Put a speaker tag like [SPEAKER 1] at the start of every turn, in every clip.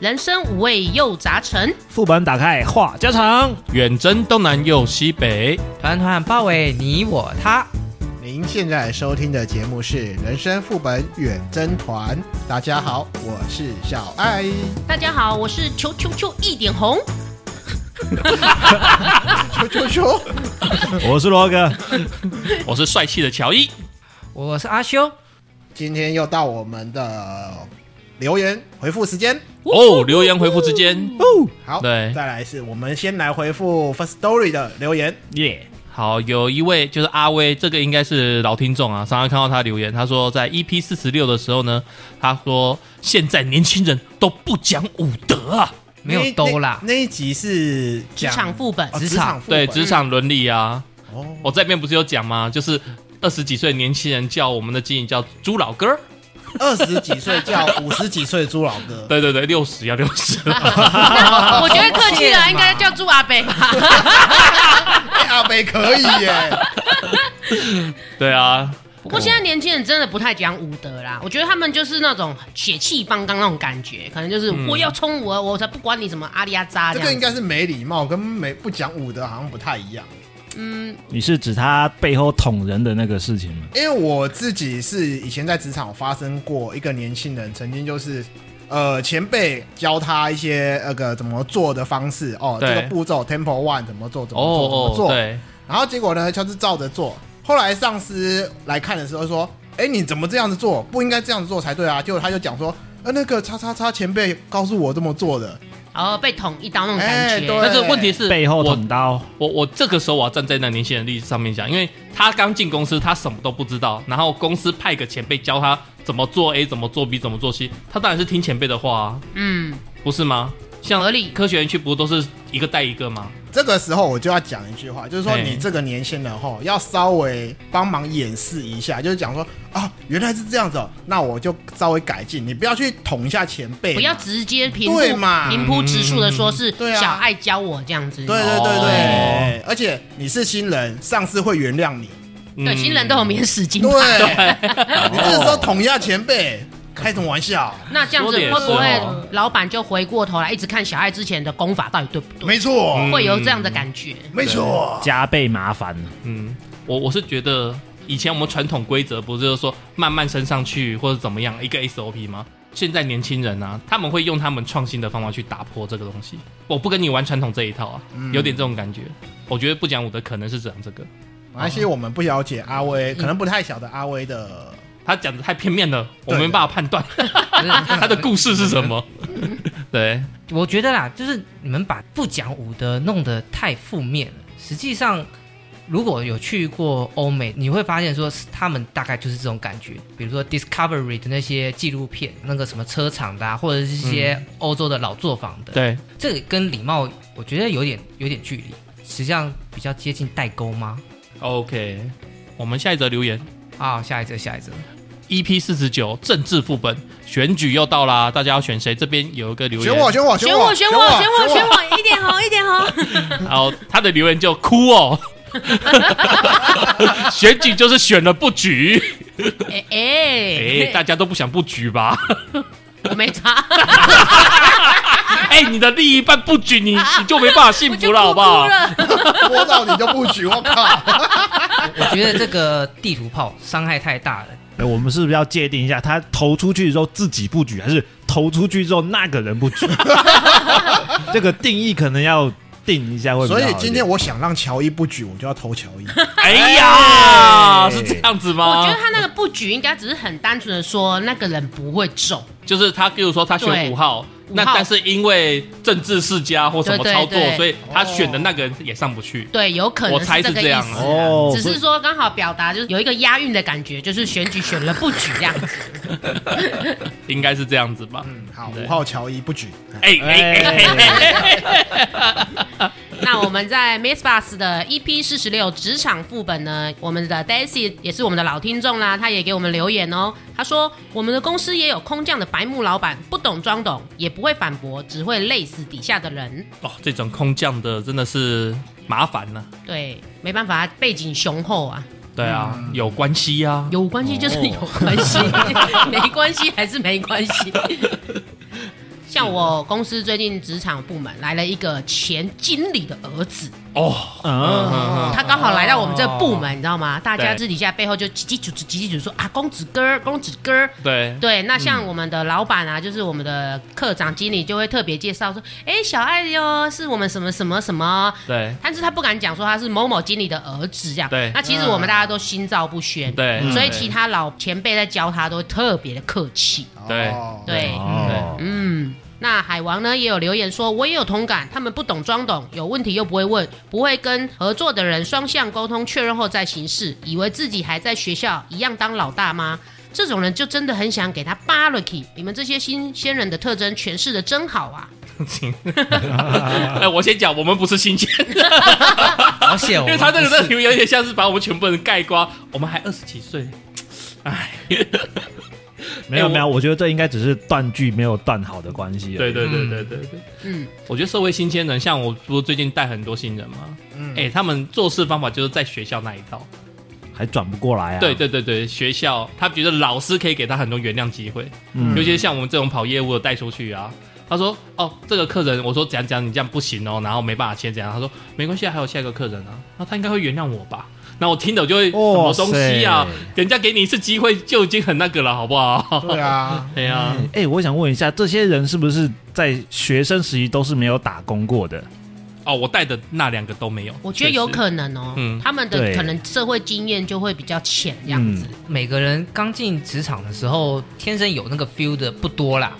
[SPEAKER 1] 人生五味又杂陈。
[SPEAKER 2] 副本打开话家常，
[SPEAKER 3] 远征东南又西 北，
[SPEAKER 4] 团团包围你我他。
[SPEAKER 5] 您现在收听的节目是《人生副本远征团》，大家好，我是小爱。
[SPEAKER 1] 大家好，我是球球球一点 红。
[SPEAKER 5] 球球球，
[SPEAKER 2] 我是罗哥。
[SPEAKER 3] 我是帅气的乔伊。
[SPEAKER 4] 我是阿修，
[SPEAKER 5] 今天又到我们的留言回复时间。
[SPEAKER 3] 哦，留言回复之间，
[SPEAKER 5] 好，
[SPEAKER 3] 对
[SPEAKER 5] 再来是我们先来回复 First Story 的留言。
[SPEAKER 2] 耶、
[SPEAKER 3] 好，有一位就是阿威，这个应该是老听众啊，常常看到他留言，他说在 EP 四十六的时候呢，他说现在年轻人都不讲武德啊，
[SPEAKER 4] 没有兜啦
[SPEAKER 5] 那，那一集是
[SPEAKER 1] 职
[SPEAKER 5] 讲
[SPEAKER 1] 场副本
[SPEAKER 5] 哦，
[SPEAKER 4] 职
[SPEAKER 5] 职
[SPEAKER 4] 场
[SPEAKER 5] 场副
[SPEAKER 3] 对
[SPEAKER 5] 本
[SPEAKER 3] 职场伦理啊，
[SPEAKER 5] 哦，
[SPEAKER 3] 我在面不是有讲吗？就是二十几岁年轻人叫我们的经营叫“猪老哥儿
[SPEAKER 5] 二十几岁叫五十几岁的朱老”，哥，
[SPEAKER 3] 对对对，六十要六 十，
[SPEAKER 1] 那我我觉得客气了，应该叫朱阿北 吧。
[SPEAKER 5] 哎阿北可以耶。
[SPEAKER 3] 对啊，
[SPEAKER 1] 不过现在年轻人真的不太讲武德啦，我觉得他们就是那种血气方刚那种感觉，可能就是我要冲我，我才不管你什么阿里阿扎
[SPEAKER 5] 嗯这
[SPEAKER 1] 这
[SPEAKER 5] 个应
[SPEAKER 1] 样子。
[SPEAKER 5] 该是没礼貌，跟没不讲武德好像不太一样。
[SPEAKER 1] 嗯，
[SPEAKER 2] 你是指他背后捅人的那个事情吗？
[SPEAKER 5] 因为我自己是以前在职场发生过一个年轻人，曾经就是。呃，前辈教他一些那个怎么做的方式哦，这
[SPEAKER 3] 对
[SPEAKER 5] 个步骤 tempo one 怎么做，怎
[SPEAKER 3] 哦
[SPEAKER 5] 么做，怎么
[SPEAKER 3] 哦，
[SPEAKER 5] 做。
[SPEAKER 3] 对，
[SPEAKER 5] 然后结果呢，就是照着做。后来上司来看的时候说：“哎，你怎么这样子做？不应该这样子做才对啊！”结果他就讲说：“呃，那个叉叉叉前辈告诉我这么做的。
[SPEAKER 1] 然后哦被捅一刀那种感
[SPEAKER 5] 哎对
[SPEAKER 1] 觉。
[SPEAKER 3] 但是问题是
[SPEAKER 2] 背后
[SPEAKER 3] 我
[SPEAKER 2] 捅刀，
[SPEAKER 3] 我我这个时候我要站在那年轻人立场上面讲，因为他刚进公司，他什么都不知道，然后公司派个前辈教他怎么做 A，怎么做 B，怎么做 C，他当然是听前辈的话啊，
[SPEAKER 1] 嗯，
[SPEAKER 3] 不是吗？像
[SPEAKER 1] 合理
[SPEAKER 3] 科学园区不都是一个带一个吗？”
[SPEAKER 5] 这个时候我就要讲一句话，就是说
[SPEAKER 3] 哎
[SPEAKER 5] 你这个年轻人吼，要稍微帮忙演示一下，就是讲说啊，原来是这样子哦，那我就稍微改进，你不要去捅一下前辈嘛，
[SPEAKER 1] 不要直接平铺
[SPEAKER 5] 对嘛
[SPEAKER 1] 平铺直述的说是
[SPEAKER 5] 对啊
[SPEAKER 1] 小爱教我这样子。
[SPEAKER 5] 对对对对
[SPEAKER 3] 哦，
[SPEAKER 5] 而且你是新人，上司会原谅你。
[SPEAKER 1] 对，
[SPEAKER 3] 嗯
[SPEAKER 1] 新人都有免死金牌。
[SPEAKER 5] 对，你这时候捅一下前辈，开什么玩笑？
[SPEAKER 1] 那这样子
[SPEAKER 3] 说得也
[SPEAKER 1] 会不
[SPEAKER 3] 是
[SPEAKER 1] 会
[SPEAKER 3] 哦
[SPEAKER 1] 老板就回过头来一直看小爱之前的功法到底对不对？
[SPEAKER 5] 没错，
[SPEAKER 3] 嗯
[SPEAKER 1] 会有这样的感觉。
[SPEAKER 5] 没错，
[SPEAKER 2] 加倍麻烦。
[SPEAKER 3] 嗯，我我是觉得以前我们传统规则不是就是说慢慢升上去或者怎么样一个 SOP 吗？现在年轻人啊，他们会用他们创新的方法去打破这个东西。我不跟你玩传统这一套啊，有点这种感觉。我觉得不讲武德可能是讲这个，
[SPEAKER 5] 马来西亚我们不了解阿威，可能不太晓得阿威的。
[SPEAKER 3] 他讲的太片面了，我
[SPEAKER 5] 对
[SPEAKER 3] 没办法判断 他的故事是 什么。对，
[SPEAKER 4] 我觉得啦，就是你们把不讲武德弄得太负面了。实际上，如果有去过欧美，你会发现说他们大概就是这种感觉。比如说 Discovery 的那些纪录片，那个什么车厂的、啊，或者是一些欧洲的老作坊的，
[SPEAKER 3] 嗯对，
[SPEAKER 4] 这个跟礼貌我觉得有点有点距离。实际上比较接近代沟吗？
[SPEAKER 3] OK，我们下一则留言
[SPEAKER 4] 啊、下一则，下一则，
[SPEAKER 3] EP 四十九政治副本选举又到啦，大家要选谁？这边有一个留言，
[SPEAKER 5] 选我，选我，
[SPEAKER 1] 选
[SPEAKER 5] 我，
[SPEAKER 1] 我，选我，选我，选我，一点红，一点红。
[SPEAKER 3] 然后他的留言就哭哦。 选举就是选了不 举，
[SPEAKER 1] 哎
[SPEAKER 3] 哎、
[SPEAKER 1] 哎
[SPEAKER 3] 大，家都不想不举吧？
[SPEAKER 1] 我没查，
[SPEAKER 3] 哎、你的另一半不举，你你就没办法幸
[SPEAKER 1] 我
[SPEAKER 3] 福
[SPEAKER 1] 就
[SPEAKER 3] 了，
[SPEAKER 1] 哭
[SPEAKER 3] 好不
[SPEAKER 1] 哭
[SPEAKER 3] 好？
[SPEAKER 1] 了。
[SPEAKER 5] 播到你就不举，我靠！
[SPEAKER 4] 我觉得这个地图炮伤害太大了。
[SPEAKER 2] 哎，我们是不是要界定一下，他投出去之后自己不举，还是投出去之后那个人不 举？这个定义可能要定一下会比较
[SPEAKER 5] 所
[SPEAKER 2] 好一
[SPEAKER 5] 以
[SPEAKER 2] 点。
[SPEAKER 5] 今天我想让乔伊不举，我就要 投乔伊。
[SPEAKER 3] 哎呀，
[SPEAKER 2] 哎
[SPEAKER 3] 是这样子
[SPEAKER 1] 我
[SPEAKER 3] 吗
[SPEAKER 1] 觉得？他那个布局应该只是很单纯的说那个人不会中，
[SPEAKER 3] 就是他，比如说他
[SPEAKER 1] 对
[SPEAKER 3] 选五号，
[SPEAKER 1] 五
[SPEAKER 3] 那
[SPEAKER 1] 号
[SPEAKER 3] 但是因为政治世家或什么
[SPEAKER 1] 对对
[SPEAKER 3] 操作
[SPEAKER 1] 对，
[SPEAKER 3] 所以他选的那个人也上 不去。
[SPEAKER 1] 对，有可能
[SPEAKER 3] 我猜
[SPEAKER 1] 这
[SPEAKER 3] 是
[SPEAKER 1] 个
[SPEAKER 3] 这
[SPEAKER 1] 意
[SPEAKER 3] 样啊
[SPEAKER 1] 思。
[SPEAKER 2] 哦，
[SPEAKER 1] 只是说刚好表达就是有一个押韵的感觉，就是选举选了不举这样子。
[SPEAKER 3] 应该是这样子吧？
[SPEAKER 5] 嗯，好，
[SPEAKER 3] 对
[SPEAKER 5] 五号乔伊 不举。
[SPEAKER 3] 哎哎哎哎哎哎！
[SPEAKER 1] 那我们在 Miss Bus 的 EP 四十六职场副本呢，我们的 Daisy 也是我们的老听众啦，他也给我们留言哦。他说我们的公司也有空降的白目老板，不懂装懂，也不会反驳，只会累死底下的人。
[SPEAKER 3] 哦，这种空降的真的是麻烦了、
[SPEAKER 1] 对，没办法，背景雄厚啊，
[SPEAKER 3] 对啊，有关系呀、啊。
[SPEAKER 1] 有关系就是有关系，没关系还是没关系。像我公司最近职场部门来了一个前经理的儿子，
[SPEAKER 3] 哦，
[SPEAKER 2] 嗯，
[SPEAKER 3] 嗯
[SPEAKER 1] 他刚好来到我们这个部门，你知道吗？大家
[SPEAKER 3] 对
[SPEAKER 1] 私底下背后就叽叽主叽叽主说啊，公子哥儿，公子哥儿。
[SPEAKER 3] 对，
[SPEAKER 1] 对，那像我们的老板啊，就是我们的科长经理就会特别介绍说，哎，小爱哟，是我们什么什么什么。
[SPEAKER 3] 对，
[SPEAKER 1] 但是他不敢讲说他是某某经理的儿子这样。
[SPEAKER 3] 对
[SPEAKER 1] 那其实我们大家都心照不宣。
[SPEAKER 3] 对
[SPEAKER 1] 嗯所以
[SPEAKER 3] 对
[SPEAKER 1] 其他老前辈在教他都特别的客气。
[SPEAKER 3] 对
[SPEAKER 5] 哦
[SPEAKER 1] 对，
[SPEAKER 2] 哦，
[SPEAKER 1] 嗯，那海王呢也有留言说，我也有同感，他们不懂装懂，有问题又不会问，不会跟合作的人双向沟通确认后再行事，以为自己还在学校一样当老大吗？这种人就真的很想给他扒了 k 你们这些新鲜人的特征诠释的真好啊！
[SPEAKER 3] 嗯 行。哎，我先讲，我们不是新鲜，
[SPEAKER 4] 好险，哦
[SPEAKER 3] 因
[SPEAKER 4] 我
[SPEAKER 3] 为
[SPEAKER 4] 们
[SPEAKER 3] 他这个
[SPEAKER 4] 不
[SPEAKER 3] 这
[SPEAKER 4] 是
[SPEAKER 3] 个留言有点像是把我们全部人盖瓜，我们还二十几岁，哎，
[SPEAKER 2] 没有
[SPEAKER 3] 哎我
[SPEAKER 2] 没有，我觉得这应该只是断句没有断好的关系而已。
[SPEAKER 3] 对对对对对对，
[SPEAKER 1] 嗯，
[SPEAKER 3] 我觉得社会新鲜人，像我不最近带很多新人嘛，
[SPEAKER 5] 嗯
[SPEAKER 3] 哎，他们做事方法就是在学校那一套，
[SPEAKER 2] 还转不过来啊。
[SPEAKER 3] 对，对对对，学校他觉得老师可以给他很多原谅机会，
[SPEAKER 2] 嗯
[SPEAKER 3] 尤其是像我们这种跑业务的带出去啊。他说：“哦，这个客人，我说讲讲你这样不行哦，然后没办法签怎样？”他说：“没关系啊，还有下一个客人啊，那他应该会原谅我吧？”那我听着就会什么
[SPEAKER 2] 哇塞
[SPEAKER 3] 东西啊？人家给你一次机会就已经很那个了，好不好？
[SPEAKER 5] 对啊，
[SPEAKER 3] 对呀，
[SPEAKER 2] 哎、我想问一下，这些人是不是在学生时期都是没有打工过的？
[SPEAKER 3] 哦，我带的那两个都没有，
[SPEAKER 1] 我觉得有
[SPEAKER 3] 能。
[SPEAKER 1] 可能哦，
[SPEAKER 3] 嗯
[SPEAKER 1] 他们的
[SPEAKER 2] 对
[SPEAKER 1] 可能社会经验就会比较浅这样子。
[SPEAKER 4] 每个人刚进职场的时候，天生有那个 feel 的不多啦。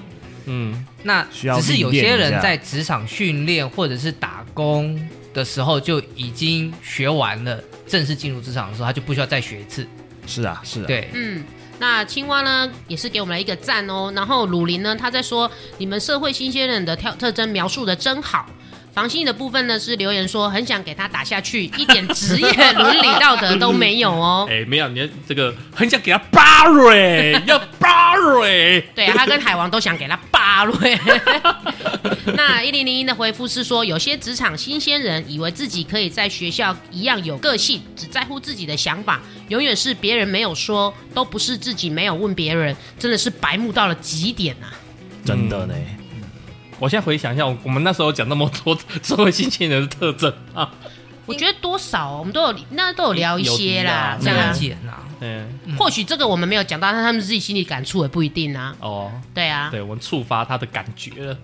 [SPEAKER 3] 嗯，
[SPEAKER 4] 那
[SPEAKER 2] 需要
[SPEAKER 4] 只是有些
[SPEAKER 2] 历练一
[SPEAKER 4] 人
[SPEAKER 2] 下
[SPEAKER 4] 在职场训练或者是打工的时候就已经学完了，正式进入职场的时候他就不需要再学一次。
[SPEAKER 2] 是啊，是啊。，
[SPEAKER 4] 对，
[SPEAKER 1] 嗯，那青蛙呢也是给我们了一个赞哦。然后鲁林呢，他在说你们社会新鲜人的特特征描述的真好。防心的部分呢是留言说很想给他打下去，一点职业伦理 道德都没有哦。
[SPEAKER 3] 哎，没有，你这个很想给他扒蕊，要扒蕊，
[SPEAKER 1] 对啊，他跟海王都想给他扒了。那一零零一的回复是说，有些职场新鲜人以为自己可以在学校一样有个性，只在乎自己的想法，永远是别人没有说，都不是自己没有问别人，真的是白目到了极点啊！
[SPEAKER 2] 真的呢。
[SPEAKER 3] 嗯我现在回想一下，我我们那时候讲那么多社会新鲜人的特征啊，
[SPEAKER 1] 我觉得多少我们都有那都有聊一些啦，
[SPEAKER 3] 有
[SPEAKER 1] 这
[SPEAKER 3] 提
[SPEAKER 1] 样
[SPEAKER 3] 啦
[SPEAKER 1] 啊
[SPEAKER 4] 很。简 啊，
[SPEAKER 3] 嗯，
[SPEAKER 1] 或许这个我们没有讲到，但他们自己心里感触也不一定啊。
[SPEAKER 3] 哦，
[SPEAKER 1] 对啊，
[SPEAKER 3] 对，我们触发他的感觉了。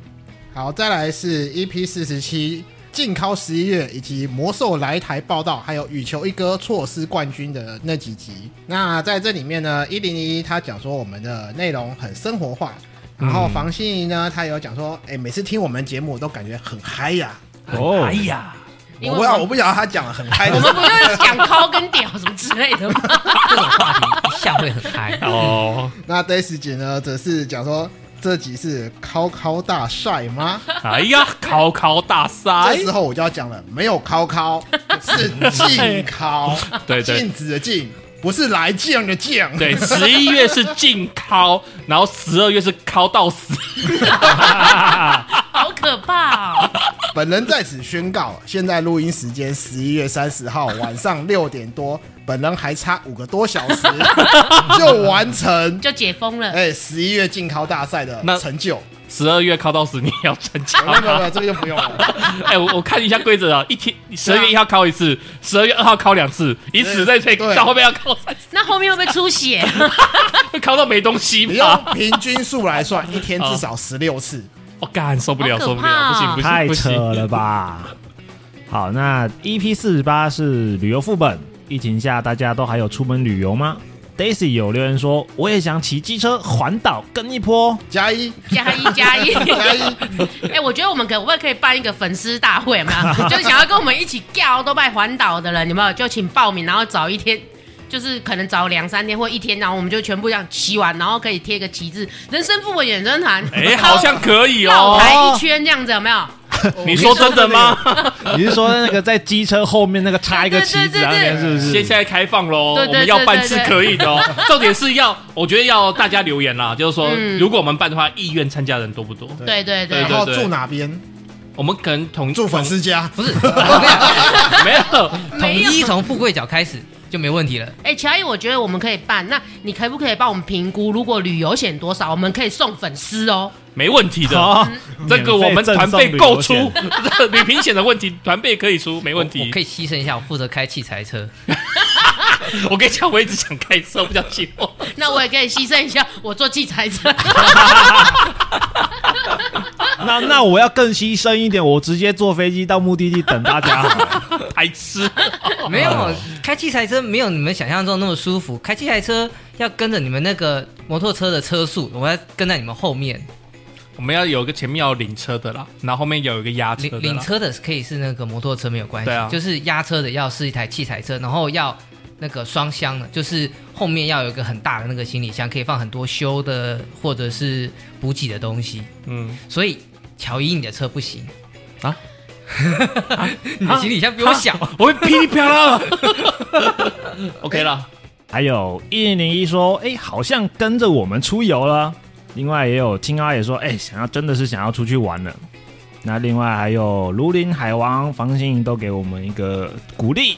[SPEAKER 5] 好，再来是 EP 四十七。禁靠十一月以及魔兽来台报道，还有羽球一哥错失冠军的那几集。那在这里面呢，一零一他讲说我们的内容很生活化，然
[SPEAKER 2] 嗯
[SPEAKER 5] 后房心怡呢，他有讲说，哎、每次听我们节目都感觉很嗨呀、
[SPEAKER 2] 哦，
[SPEAKER 3] 呀，。
[SPEAKER 1] 因
[SPEAKER 5] 我
[SPEAKER 1] 为
[SPEAKER 5] 不要，我
[SPEAKER 1] 我
[SPEAKER 5] 不晓得他讲得很嗨 的
[SPEAKER 1] 我，们不就是讲抠跟屌什么之类的吗？
[SPEAKER 4] 这种话题一下会很嗨
[SPEAKER 3] 哦，
[SPEAKER 5] 那 Daisy 姐呢，则是讲说这集是高高大帅吗？
[SPEAKER 3] 哎呀，考考大赛
[SPEAKER 5] 这，时候我就要讲了，没有高高， 是禁考，
[SPEAKER 3] 对对
[SPEAKER 5] 禁止的禁，不是来降的降。
[SPEAKER 3] 对，十一月是禁考，然后十二月是考到死，
[SPEAKER 1] 好可怕哦！
[SPEAKER 5] 本人在此宣告，现在录音时间十一月三十号晚上六点多，本人还差五个 多小时就完成。
[SPEAKER 1] 就解封了。
[SPEAKER 5] 哎，十一月禁考大赛的
[SPEAKER 3] 那
[SPEAKER 5] 成 就，
[SPEAKER 3] 十二月考到死，你也要参加
[SPEAKER 5] 没。有没有没有，这个就不用 了。
[SPEAKER 3] 哎，我我看一下规则啊，一天十二月一号考一次，十二月二号考两次，以此类推，
[SPEAKER 5] 对
[SPEAKER 3] 到后面要考三次，
[SPEAKER 1] 那后面会不会出血？
[SPEAKER 3] 考到没东西
[SPEAKER 5] 你
[SPEAKER 3] 吧
[SPEAKER 5] 用？平均数来算，一天至少十六次。
[SPEAKER 3] 我哦干受不了，
[SPEAKER 1] 好
[SPEAKER 3] 受
[SPEAKER 1] 可
[SPEAKER 3] 不
[SPEAKER 1] 怕哦
[SPEAKER 3] 了，不行不行
[SPEAKER 2] 太
[SPEAKER 3] 不
[SPEAKER 2] 扯了
[SPEAKER 3] 行！
[SPEAKER 2] 吧！ 好，那 EP 四十八是旅游副本。疫情下，大家都还有出门旅游吗？Daisy 有留言说，我也想骑机车环岛跟一波。
[SPEAKER 5] 加一，
[SPEAKER 1] 加一加一！
[SPEAKER 5] 加一，
[SPEAKER 1] 哎，我觉得我们可不可以办一个粉丝大会嘛？ 就是想要跟我们一起掉都拜环岛的人，有没有？就请报名，然后找一天。就是可能找两三天或一天，然后我们就全部这样骑完，然后可以贴个旗帜“人生副本远征团”，
[SPEAKER 3] 哎，好像可以
[SPEAKER 1] 绕
[SPEAKER 3] 哦。
[SPEAKER 1] 台一圈这样子，有没有？
[SPEAKER 3] 你说真的吗？
[SPEAKER 2] 你是说那个在机车后面那个插一个旗子
[SPEAKER 1] 对对对
[SPEAKER 2] 那边是不
[SPEAKER 3] 现
[SPEAKER 2] 是？
[SPEAKER 3] 在开放喽，
[SPEAKER 1] 对
[SPEAKER 3] 我
[SPEAKER 1] 对
[SPEAKER 3] 们要办是
[SPEAKER 1] 对对
[SPEAKER 3] 可以的哦。重点是要，我觉得要大家留言啦，就是说，
[SPEAKER 1] 嗯
[SPEAKER 3] 如果我们办的话，意愿参加的人多不多？
[SPEAKER 1] 对对对
[SPEAKER 5] 然
[SPEAKER 3] 对
[SPEAKER 5] 后住哪边？
[SPEAKER 3] 我们可能统
[SPEAKER 5] 住粉丝家。
[SPEAKER 4] 不是，我跟你讲
[SPEAKER 3] 没有，
[SPEAKER 1] 没有
[SPEAKER 4] 统一从富贵角开始，就没问题了。
[SPEAKER 1] 哎、乔伊，我觉得我们可以办。那你可不可以帮我们评估，如果旅游险多少，我们可以送粉丝哦？
[SPEAKER 3] 没问题的。
[SPEAKER 2] 好，
[SPEAKER 3] 这个我们团费够出
[SPEAKER 2] 免 费赠送旅游险，
[SPEAKER 3] 这旅行险的问题团费可以出，没问
[SPEAKER 4] 我
[SPEAKER 3] 题
[SPEAKER 4] 我可。以牺牲一下，我负责开器材车。
[SPEAKER 3] 我跟你讲，我一直想开车，我不想骑货。
[SPEAKER 1] 那我也可以牺牲一下，我做器材车。
[SPEAKER 2] 那那我要更牺牲一点，我直接坐飞机到目的地等大家好了。
[SPEAKER 3] 白痴，
[SPEAKER 1] 哦
[SPEAKER 4] 没
[SPEAKER 2] 哦
[SPEAKER 4] 有开器材车，没有你们想象中那么舒服。开器材车要跟着你们那个摩托车的车速，我要跟在你们后面。
[SPEAKER 3] 我们要有一个前面要有领车的啦，然后后面有一个压车的
[SPEAKER 4] 领
[SPEAKER 3] 啦
[SPEAKER 4] 领车的可以是那个摩托车没有关系，
[SPEAKER 3] 对啊
[SPEAKER 4] 就是压车的要是一台器材车，然后要那个双箱的，就是后面要有一个很大的那个行李箱，可以放很多修的或者是补给的东西。
[SPEAKER 3] 嗯，
[SPEAKER 4] 所以乔伊，你的车不行
[SPEAKER 3] 啊。
[SPEAKER 4] 你的行李箱比我小，
[SPEAKER 3] 我会噼里啪啦了。OK 了，
[SPEAKER 2] 还有一零零一说，哎、好像跟着我们出游了。另外也有青蛙也说，哎、想要真的是想要出去玩了。那另外还有卢林、海王、房心莹都给我们一个鼓励。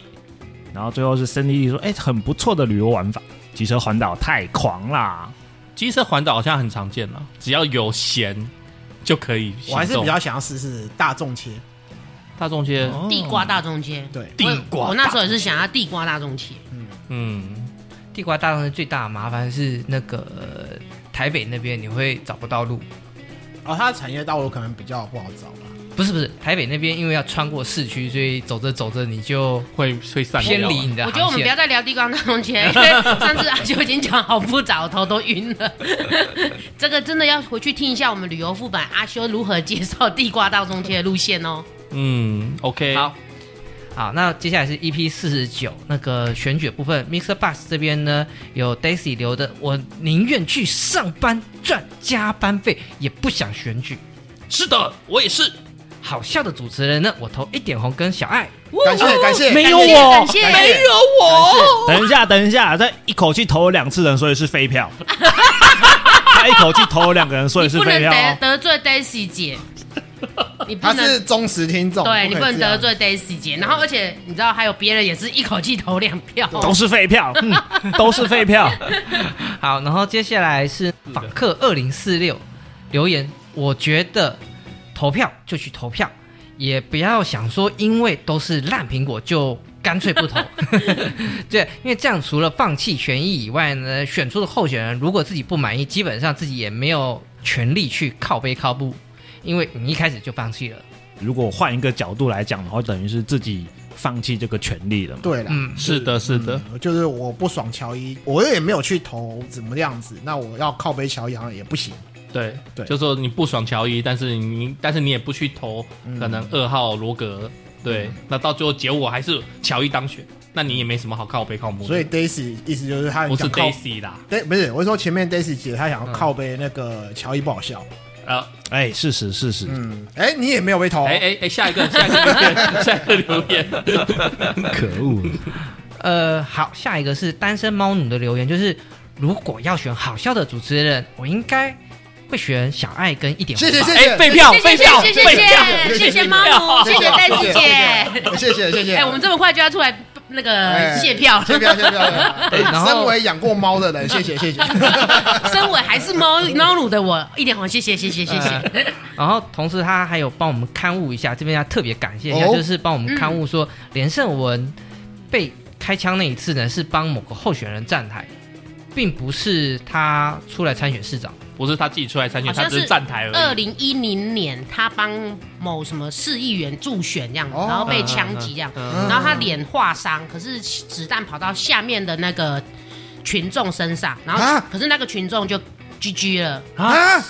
[SPEAKER 2] 然后最后是森弟弟说，哎、很不错的旅游玩法，骑车环岛太狂啦。
[SPEAKER 3] 机车环岛好像很常见了，只要有闲就可以行动。
[SPEAKER 5] 我还是比较哦想要试试大众切，
[SPEAKER 3] 大众街，
[SPEAKER 1] 地瓜大中街，
[SPEAKER 5] 对，
[SPEAKER 3] 地瓜
[SPEAKER 1] 我，我那时候也是想要地瓜大中街。
[SPEAKER 3] 嗯，
[SPEAKER 4] 地瓜大众的最大的麻烦是那个、呃台北那边你会找不到路，
[SPEAKER 5] 哦，它的产业道路可能比较不好找吧。
[SPEAKER 4] 不是不是，台北那边因为要穿过市区，所以走着走着你就
[SPEAKER 3] 会会散掉
[SPEAKER 4] 偏
[SPEAKER 3] 啊
[SPEAKER 4] 离你的
[SPEAKER 1] 我
[SPEAKER 4] 航线。
[SPEAKER 1] 觉得我们不要再聊地瓜大中街，因为上次阿修已经讲好复杂，我头都晕了。这个真的要回去听一下我们旅游副版阿修如何介绍地瓜大中街的路线哦。
[SPEAKER 3] 嗯，OK，
[SPEAKER 4] 好，好，那接下来是 EP 四十九那个选举的部分，Mr. Bus 这边呢有 Daisy 留的，我宁愿去上班赚加班费，也不想选举。
[SPEAKER 3] 是的，我也是，
[SPEAKER 4] 好笑的主持人呢，我投一点红跟小爱。
[SPEAKER 5] 感谢感谢，
[SPEAKER 2] 没有
[SPEAKER 1] 感谢
[SPEAKER 2] 我
[SPEAKER 1] 感谢
[SPEAKER 5] 感谢
[SPEAKER 2] 等一下，等一下，他一口气投了两次人，所以是废票。他一口气投了两个人，所以
[SPEAKER 1] 你
[SPEAKER 2] 是
[SPEAKER 1] 不
[SPEAKER 2] 废
[SPEAKER 1] 能得
[SPEAKER 2] 票、哦。
[SPEAKER 1] 得罪 Daisy 姐，你不
[SPEAKER 5] 他是
[SPEAKER 1] 能。
[SPEAKER 5] 忠实听众，
[SPEAKER 1] 对你不
[SPEAKER 5] 可以
[SPEAKER 1] 能
[SPEAKER 5] 这样
[SPEAKER 1] 得。罪 Daisy 姐，然后而且你知道还有别人也是一口气投两票，
[SPEAKER 2] 都是废票，嗯，都是废票。
[SPEAKER 4] 好，然后接下来是访客二零四六留言，我觉得投票就去投票，也不要想说因为都是烂苹果就干脆不投。 对，因为这样除了放弃权益以外呢，选出的候选人如果自己不满意，基本上自己也没有权利去靠背靠步，因为你一开始就放弃了。
[SPEAKER 2] 如果换一个角度来讲的话，等于是自己放弃这个权利了嘛。
[SPEAKER 5] 对了，
[SPEAKER 4] 嗯，
[SPEAKER 3] 是的，是的，
[SPEAKER 5] 嗯就是我不爽乔伊，我也没有去投怎么样子，那我要靠背乔伊好像也不行。
[SPEAKER 3] 对，
[SPEAKER 5] 对
[SPEAKER 3] 就说你不爽乔伊，但是你但是你也不去投可能二号罗格，对，那到最后结果还是乔伊当选，那你也没什么好靠背靠幕的，
[SPEAKER 5] 所以 Daisy 意思就是他
[SPEAKER 3] 嗯不是
[SPEAKER 5] 想靠
[SPEAKER 3] Daisy 啦，
[SPEAKER 5] 对，不是，我是说前面 Daisy 姐她想要靠背那个乔伊不好笑。
[SPEAKER 3] 呃，
[SPEAKER 2] 哎，事实事实，
[SPEAKER 5] 嗯，哎，你也没有被投，
[SPEAKER 3] 哎哎哎，下一个下一个留言，下一个留言，
[SPEAKER 2] 可恶！
[SPEAKER 4] 呃，好，下一个是单身猫女的留言，就是如果要选好笑的主持人，我应该会选小爱跟一点红
[SPEAKER 5] 谢谢
[SPEAKER 4] 吧
[SPEAKER 5] 谢
[SPEAKER 3] 哎，
[SPEAKER 5] 谢，
[SPEAKER 3] 废票
[SPEAKER 1] 谢
[SPEAKER 3] 废
[SPEAKER 1] 谢
[SPEAKER 3] 票
[SPEAKER 1] 谢谢
[SPEAKER 3] 废票，
[SPEAKER 1] 谢谢谢谢猫奴，谢谢 Daisy 姐。
[SPEAKER 5] 谢谢谢谢，
[SPEAKER 1] 哎，我们这么快就要出来那个
[SPEAKER 5] 哎
[SPEAKER 1] 谢票
[SPEAKER 5] 谢
[SPEAKER 1] 了，
[SPEAKER 5] 票谢票谢 票。
[SPEAKER 4] 对然后
[SPEAKER 5] 身为养过猫的人，谢谢谢谢。
[SPEAKER 1] 身为还是猫猫奴的我，一点红，谢谢谢谢谢谢。
[SPEAKER 3] 哎
[SPEAKER 4] 然后同时他还有帮我们刊物一下，这边要特别感谢一下，
[SPEAKER 5] 哦
[SPEAKER 4] 就是帮我们刊物说连胜文被开枪那一次呢，是帮某个候选人站台，并不是他出来参选市长。
[SPEAKER 3] 不是他自己出来参选，
[SPEAKER 1] 好像
[SPEAKER 3] 他只是
[SPEAKER 1] 是
[SPEAKER 3] 站台
[SPEAKER 1] 二
[SPEAKER 3] 而已。
[SPEAKER 1] 零一零年，他帮某什么市议员助选这样，
[SPEAKER 5] 哦
[SPEAKER 1] 然后被枪击这样，
[SPEAKER 3] 嗯
[SPEAKER 1] 然后他脸划伤，可是子弹跑到下面的那个群众身上，然后
[SPEAKER 5] 啊
[SPEAKER 1] 可是那个群众就 GG 了。
[SPEAKER 5] 啊，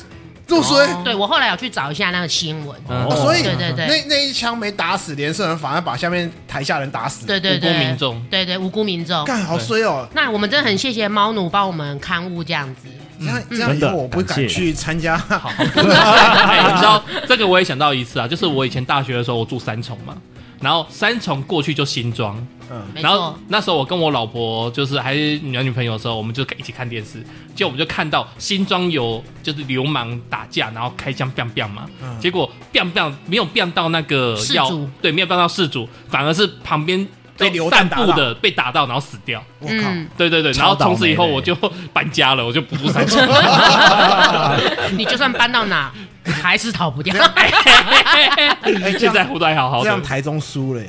[SPEAKER 5] 入水，
[SPEAKER 1] 对我后来有去找一下那个新闻，
[SPEAKER 3] 嗯
[SPEAKER 5] 哦所以
[SPEAKER 1] 对哦对对
[SPEAKER 5] 那那一枪没打死连胜人，反而把下面台下人打死。
[SPEAKER 1] 对对对，
[SPEAKER 3] 无辜民众
[SPEAKER 1] 对对无辜民众。
[SPEAKER 5] 干好衰哦！
[SPEAKER 1] 那我们真的很谢谢猫奴帮我们刊物这样子，
[SPEAKER 5] 这样这样以后我不
[SPEAKER 2] 真的
[SPEAKER 5] 敢去参加。
[SPEAKER 3] 好， 哎你知道这个我也想到一次啊，就是我以前大学的时候，我住三重嘛，然后三重过去就新庄，
[SPEAKER 5] 嗯，
[SPEAKER 1] 没
[SPEAKER 3] 然后
[SPEAKER 1] 错，
[SPEAKER 3] 那时候我跟我老婆就是还是男女朋友的时候，我们就一起看电视，结果我们就看到新庄有就是流氓打架，然后开枪 biang biang 嘛，
[SPEAKER 5] 嗯
[SPEAKER 3] 结果 biang biang 没有 biang 到那个
[SPEAKER 1] 事
[SPEAKER 3] 要
[SPEAKER 1] 主
[SPEAKER 3] 对，没有 biang 到事主，反而是旁边
[SPEAKER 5] 被流弹
[SPEAKER 3] 散
[SPEAKER 5] 打
[SPEAKER 3] 步
[SPEAKER 5] 到
[SPEAKER 3] 的被打到，然后死掉。
[SPEAKER 5] 我靠，
[SPEAKER 1] 嗯，
[SPEAKER 3] 对对对，然
[SPEAKER 2] 超
[SPEAKER 3] 后
[SPEAKER 2] 倒霉
[SPEAKER 3] 从此以后
[SPEAKER 2] 的
[SPEAKER 3] 我就搬家了，我就不住三重。
[SPEAKER 1] 你就算搬到哪，还是逃不掉。
[SPEAKER 5] 哎，这
[SPEAKER 3] 现
[SPEAKER 5] 样
[SPEAKER 3] 在活得还好好
[SPEAKER 5] 这样
[SPEAKER 3] 的。
[SPEAKER 5] 台中输了耶，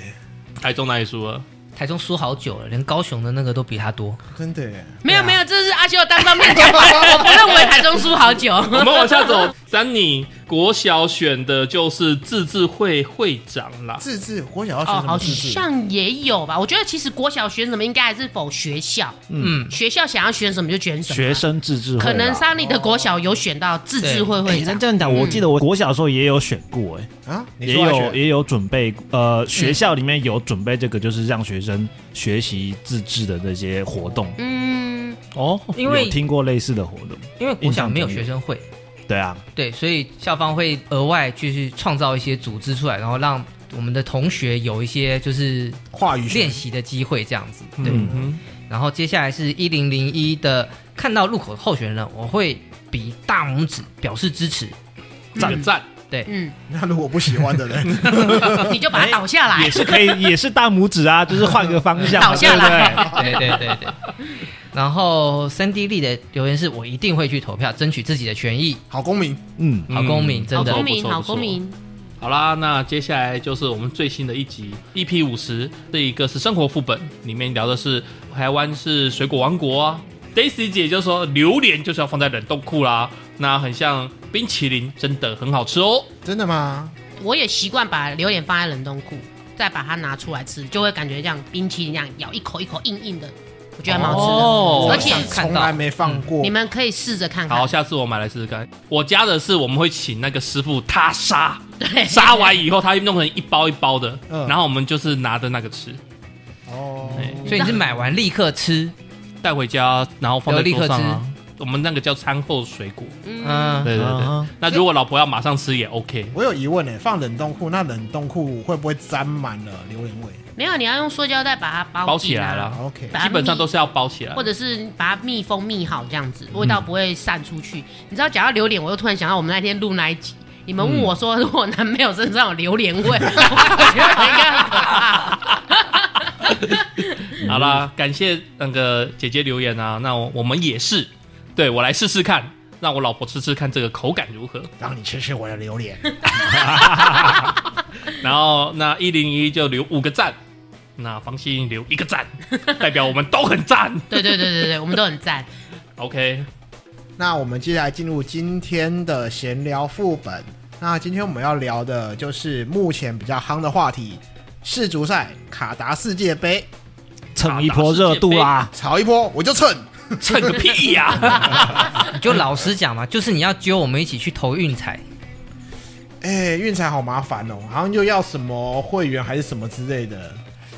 [SPEAKER 3] 台中哪里输
[SPEAKER 5] 啊
[SPEAKER 3] 了？
[SPEAKER 4] 台中输好久了，连高雄的那个都比他多。
[SPEAKER 5] 真的耶。
[SPEAKER 1] 没有没有，这是阿修单方面讲的。我认为台中输好久。
[SPEAKER 3] 我们往下走，三你国小选的就是自治会会长啦。
[SPEAKER 5] 自治，我想要啊学
[SPEAKER 1] 哦，
[SPEAKER 5] 什
[SPEAKER 1] 好
[SPEAKER 5] 么自治？
[SPEAKER 1] 像也有吧。我觉得其实国小选什么，应该还是否学校，
[SPEAKER 4] 嗯，
[SPEAKER 1] 学校想要选什么就选什么。
[SPEAKER 2] 学生自治会啦，啊
[SPEAKER 1] 可能桑尼的国小有选到自治会
[SPEAKER 2] 哎
[SPEAKER 1] 会
[SPEAKER 2] 那
[SPEAKER 1] 长，
[SPEAKER 2] 这样讲，我记得我国小的时候也有选过，哎，
[SPEAKER 5] 啊，你
[SPEAKER 2] 也
[SPEAKER 5] 说来
[SPEAKER 2] 有
[SPEAKER 5] 学
[SPEAKER 2] 也有准备，呃，学校里面有准备这个，就是让学生学习自治的这些活动。
[SPEAKER 1] 嗯，
[SPEAKER 2] 哦，
[SPEAKER 4] 因为
[SPEAKER 2] 有听过类似的活动，
[SPEAKER 4] 因为国小没有学生会，
[SPEAKER 2] 对啊，
[SPEAKER 4] 对，所以校方会额外就是创造一些组织出来，然后让我们的同学有一些就是
[SPEAKER 5] 话语
[SPEAKER 4] 练
[SPEAKER 5] 学，
[SPEAKER 4] 习的机会这样子。对，
[SPEAKER 2] 嗯
[SPEAKER 3] 嗯
[SPEAKER 4] 然后接下来是一零零一的，看到入口候选人，我会比大拇指表示支持。
[SPEAKER 3] 哼，赞赞，
[SPEAKER 1] 嗯，
[SPEAKER 5] 那如果不喜欢的人，
[SPEAKER 1] 你就把它倒下来
[SPEAKER 2] 也。是可以，也是大拇指啊，就是换个方向 嘛，
[SPEAKER 1] 倒下来
[SPEAKER 2] 对不对
[SPEAKER 4] 对对对对。然后三 D 力的留言是我一定会去投票，争取自己的权益。
[SPEAKER 5] 好公民，
[SPEAKER 2] 嗯，
[SPEAKER 4] 好公民
[SPEAKER 3] 嗯
[SPEAKER 4] 真的
[SPEAKER 1] 好
[SPEAKER 3] 不错
[SPEAKER 1] 公民，好公。
[SPEAKER 3] 不错不错
[SPEAKER 1] 民，
[SPEAKER 3] 好啦，那接下来就是我们最新的一集 EP 五十，这一个是生活副本，里面聊的是台湾是水果王国啊。Daisy 姐就说榴莲就是要放在冷冻库啦，那很像冰淇淋，真的很好吃哦。
[SPEAKER 5] 真的吗？
[SPEAKER 1] 我也习惯把榴莲放在冷冻库，再把它拿出来吃，就会感觉像冰淇淋一样，咬一口一口硬硬的，我觉得蛮好吃的。
[SPEAKER 3] 哦
[SPEAKER 1] 而且
[SPEAKER 5] 我从来没放过
[SPEAKER 1] 你。们可以试着看看
[SPEAKER 3] 好，，下次我买来试试看。我家的是我们会请那个师傅他 杀，
[SPEAKER 1] 对，
[SPEAKER 3] 杀完以后他弄成一包一包的，
[SPEAKER 5] 嗯
[SPEAKER 3] 然后我们就是拿着那个吃，
[SPEAKER 5] 哦，
[SPEAKER 4] 所以你是买完立刻吃，
[SPEAKER 3] 带回家，然后放在
[SPEAKER 4] 有立刻
[SPEAKER 3] 桌上啊。我们那个叫餐后水果，
[SPEAKER 4] 嗯，
[SPEAKER 3] 对对对
[SPEAKER 2] 嗯。
[SPEAKER 3] 那如果老婆要马上吃也 OK，欸
[SPEAKER 5] 我有疑问呢，放冷冻库，那冷冻库会不会沾满了榴莲味
[SPEAKER 1] 没有，你要用塑胶袋把它包
[SPEAKER 3] 包起来
[SPEAKER 1] 了，
[SPEAKER 3] 啦
[SPEAKER 5] ？OK，
[SPEAKER 1] 把它
[SPEAKER 3] 基本上
[SPEAKER 1] 密
[SPEAKER 3] 都是要包起来
[SPEAKER 1] 或。者是把它密封密好，这样子味
[SPEAKER 5] 嗯
[SPEAKER 1] 道不会散出去。你知道，讲到榴莲，我又突然想到我们那天录那一集，你们
[SPEAKER 5] 嗯
[SPEAKER 1] 问我说，如果男朋友身上有榴莲味，我 觉得应该很可怕。
[SPEAKER 3] 好啦，感谢那个姐姐留言啊，那我我们也是，对我来试试看，让我老婆吃吃看这个口感如何。
[SPEAKER 5] 让你吃吃我的 榴莲。
[SPEAKER 3] 然后那一零一就留五个赞，那方心留一个 赞，代表我们都很赞。
[SPEAKER 1] 对对对对对，我们都很赞。
[SPEAKER 3] OK，
[SPEAKER 5] 那我们接下来进入今天的闲聊副本。那今天我们要聊的就是目前比较夯的话题——世足赛、卡达世界杯，
[SPEAKER 2] 蹭一波热度啊啦，
[SPEAKER 5] 炒一波我就蹭。
[SPEAKER 3] 蹭个屁呀、
[SPEAKER 4] 你就老实讲嘛，就是你要揪我们一起去投运彩，
[SPEAKER 5] 哎，运彩好麻烦哦，好像又要什么会员还是什么之类的。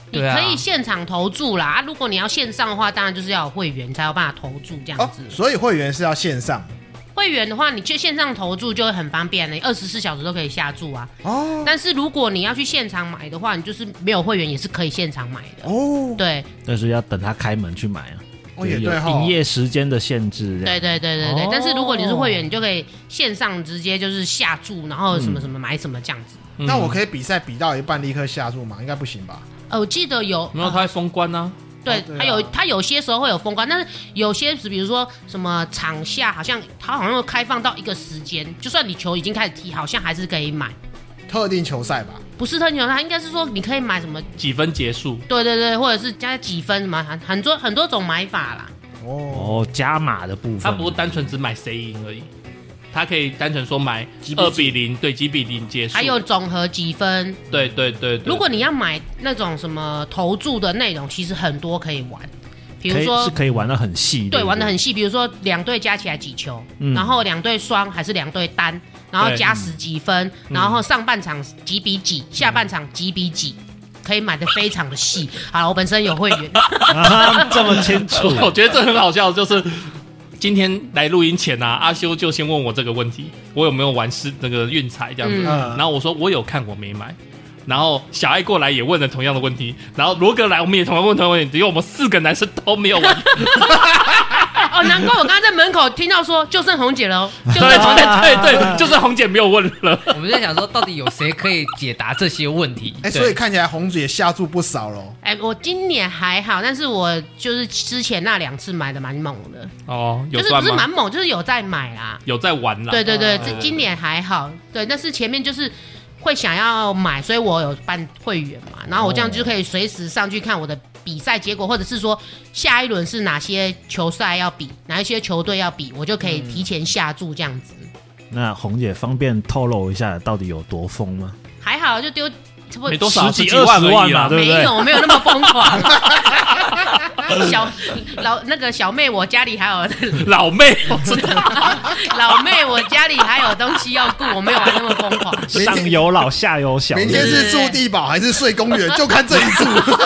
[SPEAKER 1] 你
[SPEAKER 4] 对啊
[SPEAKER 1] 可以现场投注啦，啊如果你要线上的话，当然就是要有会员才有办法投注这
[SPEAKER 2] 嗯
[SPEAKER 5] 哦
[SPEAKER 1] 样子。，
[SPEAKER 5] 所以会员是要线上
[SPEAKER 1] 会员的话，你去线上投注就会很方便了，二十四小时都可以下注啊。
[SPEAKER 5] 哦
[SPEAKER 1] 但是如果你要去现场买的话，你就是没有会员也是可以现场买的。
[SPEAKER 5] 哦
[SPEAKER 1] 对
[SPEAKER 2] 但是要等他开门去买啊，
[SPEAKER 5] 哦也对
[SPEAKER 2] 有
[SPEAKER 5] 哈
[SPEAKER 2] 营业时间的限制，
[SPEAKER 1] 对，对对对对，
[SPEAKER 2] 哦
[SPEAKER 1] 但是如果你是会员，你就可以线上直接就是下注，然后什么什么买什么这样子。
[SPEAKER 5] 那
[SPEAKER 2] 嗯
[SPEAKER 5] 我可以比赛比到一半立刻下注吗？应该不行吧？
[SPEAKER 1] 呃，我记得有，
[SPEAKER 3] 然后嗯他会封关呢、
[SPEAKER 1] 对
[SPEAKER 5] 哦对啊
[SPEAKER 1] 它有它有些时候会有封关，但是有些比如说什么场下好像它好像会开放到一个时间，就算你球已经开始踢，好像还是可以买。
[SPEAKER 5] 特定球赛吧？
[SPEAKER 1] 不是特牛，它应该是说你可以买什么？
[SPEAKER 3] 几分结束？
[SPEAKER 1] 对对对，或者是加几分什么，很很多很多种买法啦。
[SPEAKER 5] 哦，
[SPEAKER 2] 哦，加码的部分，
[SPEAKER 3] 他不是单纯只买谁赢而已，他可以单纯说买二比零，对几比零结束。
[SPEAKER 1] 还有总和几分，
[SPEAKER 3] 对对对对，
[SPEAKER 1] 如果你要买那种什么投注的内容，其实很多可以玩，比
[SPEAKER 2] 可
[SPEAKER 1] 如
[SPEAKER 2] 以
[SPEAKER 1] 说
[SPEAKER 2] 是可以玩的很细，
[SPEAKER 1] 对，
[SPEAKER 3] 嗯
[SPEAKER 2] 不
[SPEAKER 1] 玩的很细。比如说两队加起来几球，
[SPEAKER 2] 嗯
[SPEAKER 1] 然后两队双还是两队单，然后
[SPEAKER 3] 对，
[SPEAKER 1] 加十几分，然后上半场几比几，下半场几比几，可以买的非常的细。好了，我本身有会员，
[SPEAKER 2] 啊， 这么清楚
[SPEAKER 3] 我觉得这很好笑，就是今天来录音前啊，阿修就先问我这个问题，我有没有玩是那个运彩这样子，
[SPEAKER 1] 嗯
[SPEAKER 3] 然后我说我有看，我没买。然后小爱过来也问了同样的 问题，然后罗哥来我们也同样问同样的问题，只有我们四个男生都没有玩。
[SPEAKER 1] 哦，难怪我刚刚在门口听到说就剩红姐了 哦，就
[SPEAKER 3] 对
[SPEAKER 1] 剩红姐。
[SPEAKER 3] 对对对，就是红姐没有问了。
[SPEAKER 4] 我们在想说，到底有谁可以解答这些问题？
[SPEAKER 5] 哎，
[SPEAKER 3] 对
[SPEAKER 5] 所以看起来红姐下注不少喽。
[SPEAKER 1] 哎，我今年还好，但是我就是之前那两次买的蛮猛的，
[SPEAKER 3] 哦，有
[SPEAKER 1] 就是不
[SPEAKER 3] 算
[SPEAKER 1] 是
[SPEAKER 3] 吗？
[SPEAKER 1] 蛮猛，就是有在买啦。
[SPEAKER 3] 有在玩啦。
[SPEAKER 1] 对对对，这
[SPEAKER 3] 对
[SPEAKER 1] 今年还好，对，但是前面就是会想要买，所以我有办会员嘛，然后我这样就可以随时上去看我的比赛结果，或者是说下一轮是哪些球赛要比，哪一些球队要比，我就可以提前下注这样子。
[SPEAKER 2] 那红姐方便透露一下到底有多疯吗？
[SPEAKER 1] 还好就丢差不多
[SPEAKER 3] 没多少，
[SPEAKER 2] 十几
[SPEAKER 3] 二
[SPEAKER 2] 二十万嘛
[SPEAKER 3] 嘛，
[SPEAKER 2] 对不
[SPEAKER 1] 没有没有那么疯狂。小老那个小妹，我家里还有
[SPEAKER 3] 老妹，我知道
[SPEAKER 1] 老妹，我家里还有东西要顾，我没有玩那么疯狂。
[SPEAKER 5] 明天
[SPEAKER 2] 上有老下有小，
[SPEAKER 5] 明天是住地堡还是睡公 园，就看这一注。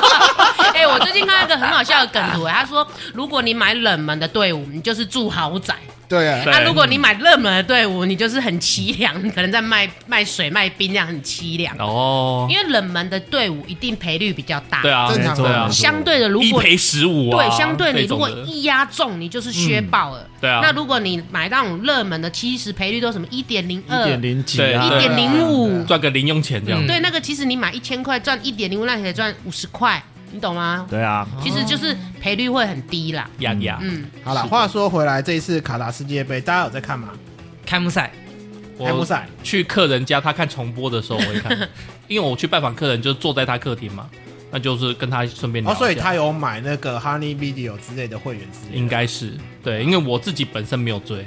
[SPEAKER 1] 哎、我最近看到一个很好笑的梗图、哎，他说如果你买冷门的队伍，你就是住豪宅；
[SPEAKER 5] 对啊，
[SPEAKER 1] 那、
[SPEAKER 3] 对
[SPEAKER 1] 如果你买热门的队伍，你就是很凄凉，你可能在卖卖水卖冰这样很凄凉。
[SPEAKER 3] 哦，
[SPEAKER 1] 因为冷门的队伍一定赔率比较大，
[SPEAKER 3] 对，啊，
[SPEAKER 5] 正
[SPEAKER 2] 没
[SPEAKER 5] 常
[SPEAKER 2] 错
[SPEAKER 5] 的
[SPEAKER 2] 没错
[SPEAKER 1] 相对的如
[SPEAKER 3] 一
[SPEAKER 1] 果
[SPEAKER 3] 赔十五啊，
[SPEAKER 1] 对，相对你
[SPEAKER 3] 那
[SPEAKER 1] 如
[SPEAKER 3] 种
[SPEAKER 1] 果
[SPEAKER 3] 的
[SPEAKER 1] 一压中，你就是削爆了。
[SPEAKER 3] 对啊
[SPEAKER 1] 那如果你买那种热门的，其实赔率都什么一点零
[SPEAKER 2] 一
[SPEAKER 1] 二、
[SPEAKER 2] 点
[SPEAKER 1] 一
[SPEAKER 2] 零几
[SPEAKER 3] 嗯对
[SPEAKER 2] 啊，
[SPEAKER 3] 对
[SPEAKER 1] 点零五，
[SPEAKER 3] 赚个零用钱这样
[SPEAKER 4] 嗯，
[SPEAKER 1] 对，那个其实你买一千块赚一点零五，那你可以赚五十块，你懂吗？
[SPEAKER 2] 对啊，
[SPEAKER 1] 其实就是赔率会很低啦。
[SPEAKER 3] 呀呀，
[SPEAKER 1] 嗯，
[SPEAKER 5] 好了，话说回来，这一次卡达世界杯，大家有在看吗？
[SPEAKER 4] 开幕赛
[SPEAKER 5] 开幕
[SPEAKER 3] 我
[SPEAKER 5] 赛，
[SPEAKER 3] 去客人家，他看重播的时候我会看，因为我去拜访客人就坐在他客厅嘛，那就是跟他顺便聊
[SPEAKER 5] 哦，
[SPEAKER 3] 一下。
[SPEAKER 5] 所以他有买那个 Honey Video 之类的会员之类的
[SPEAKER 3] 应该是
[SPEAKER 2] 嗯
[SPEAKER 3] 对，因为我自己本身没有追，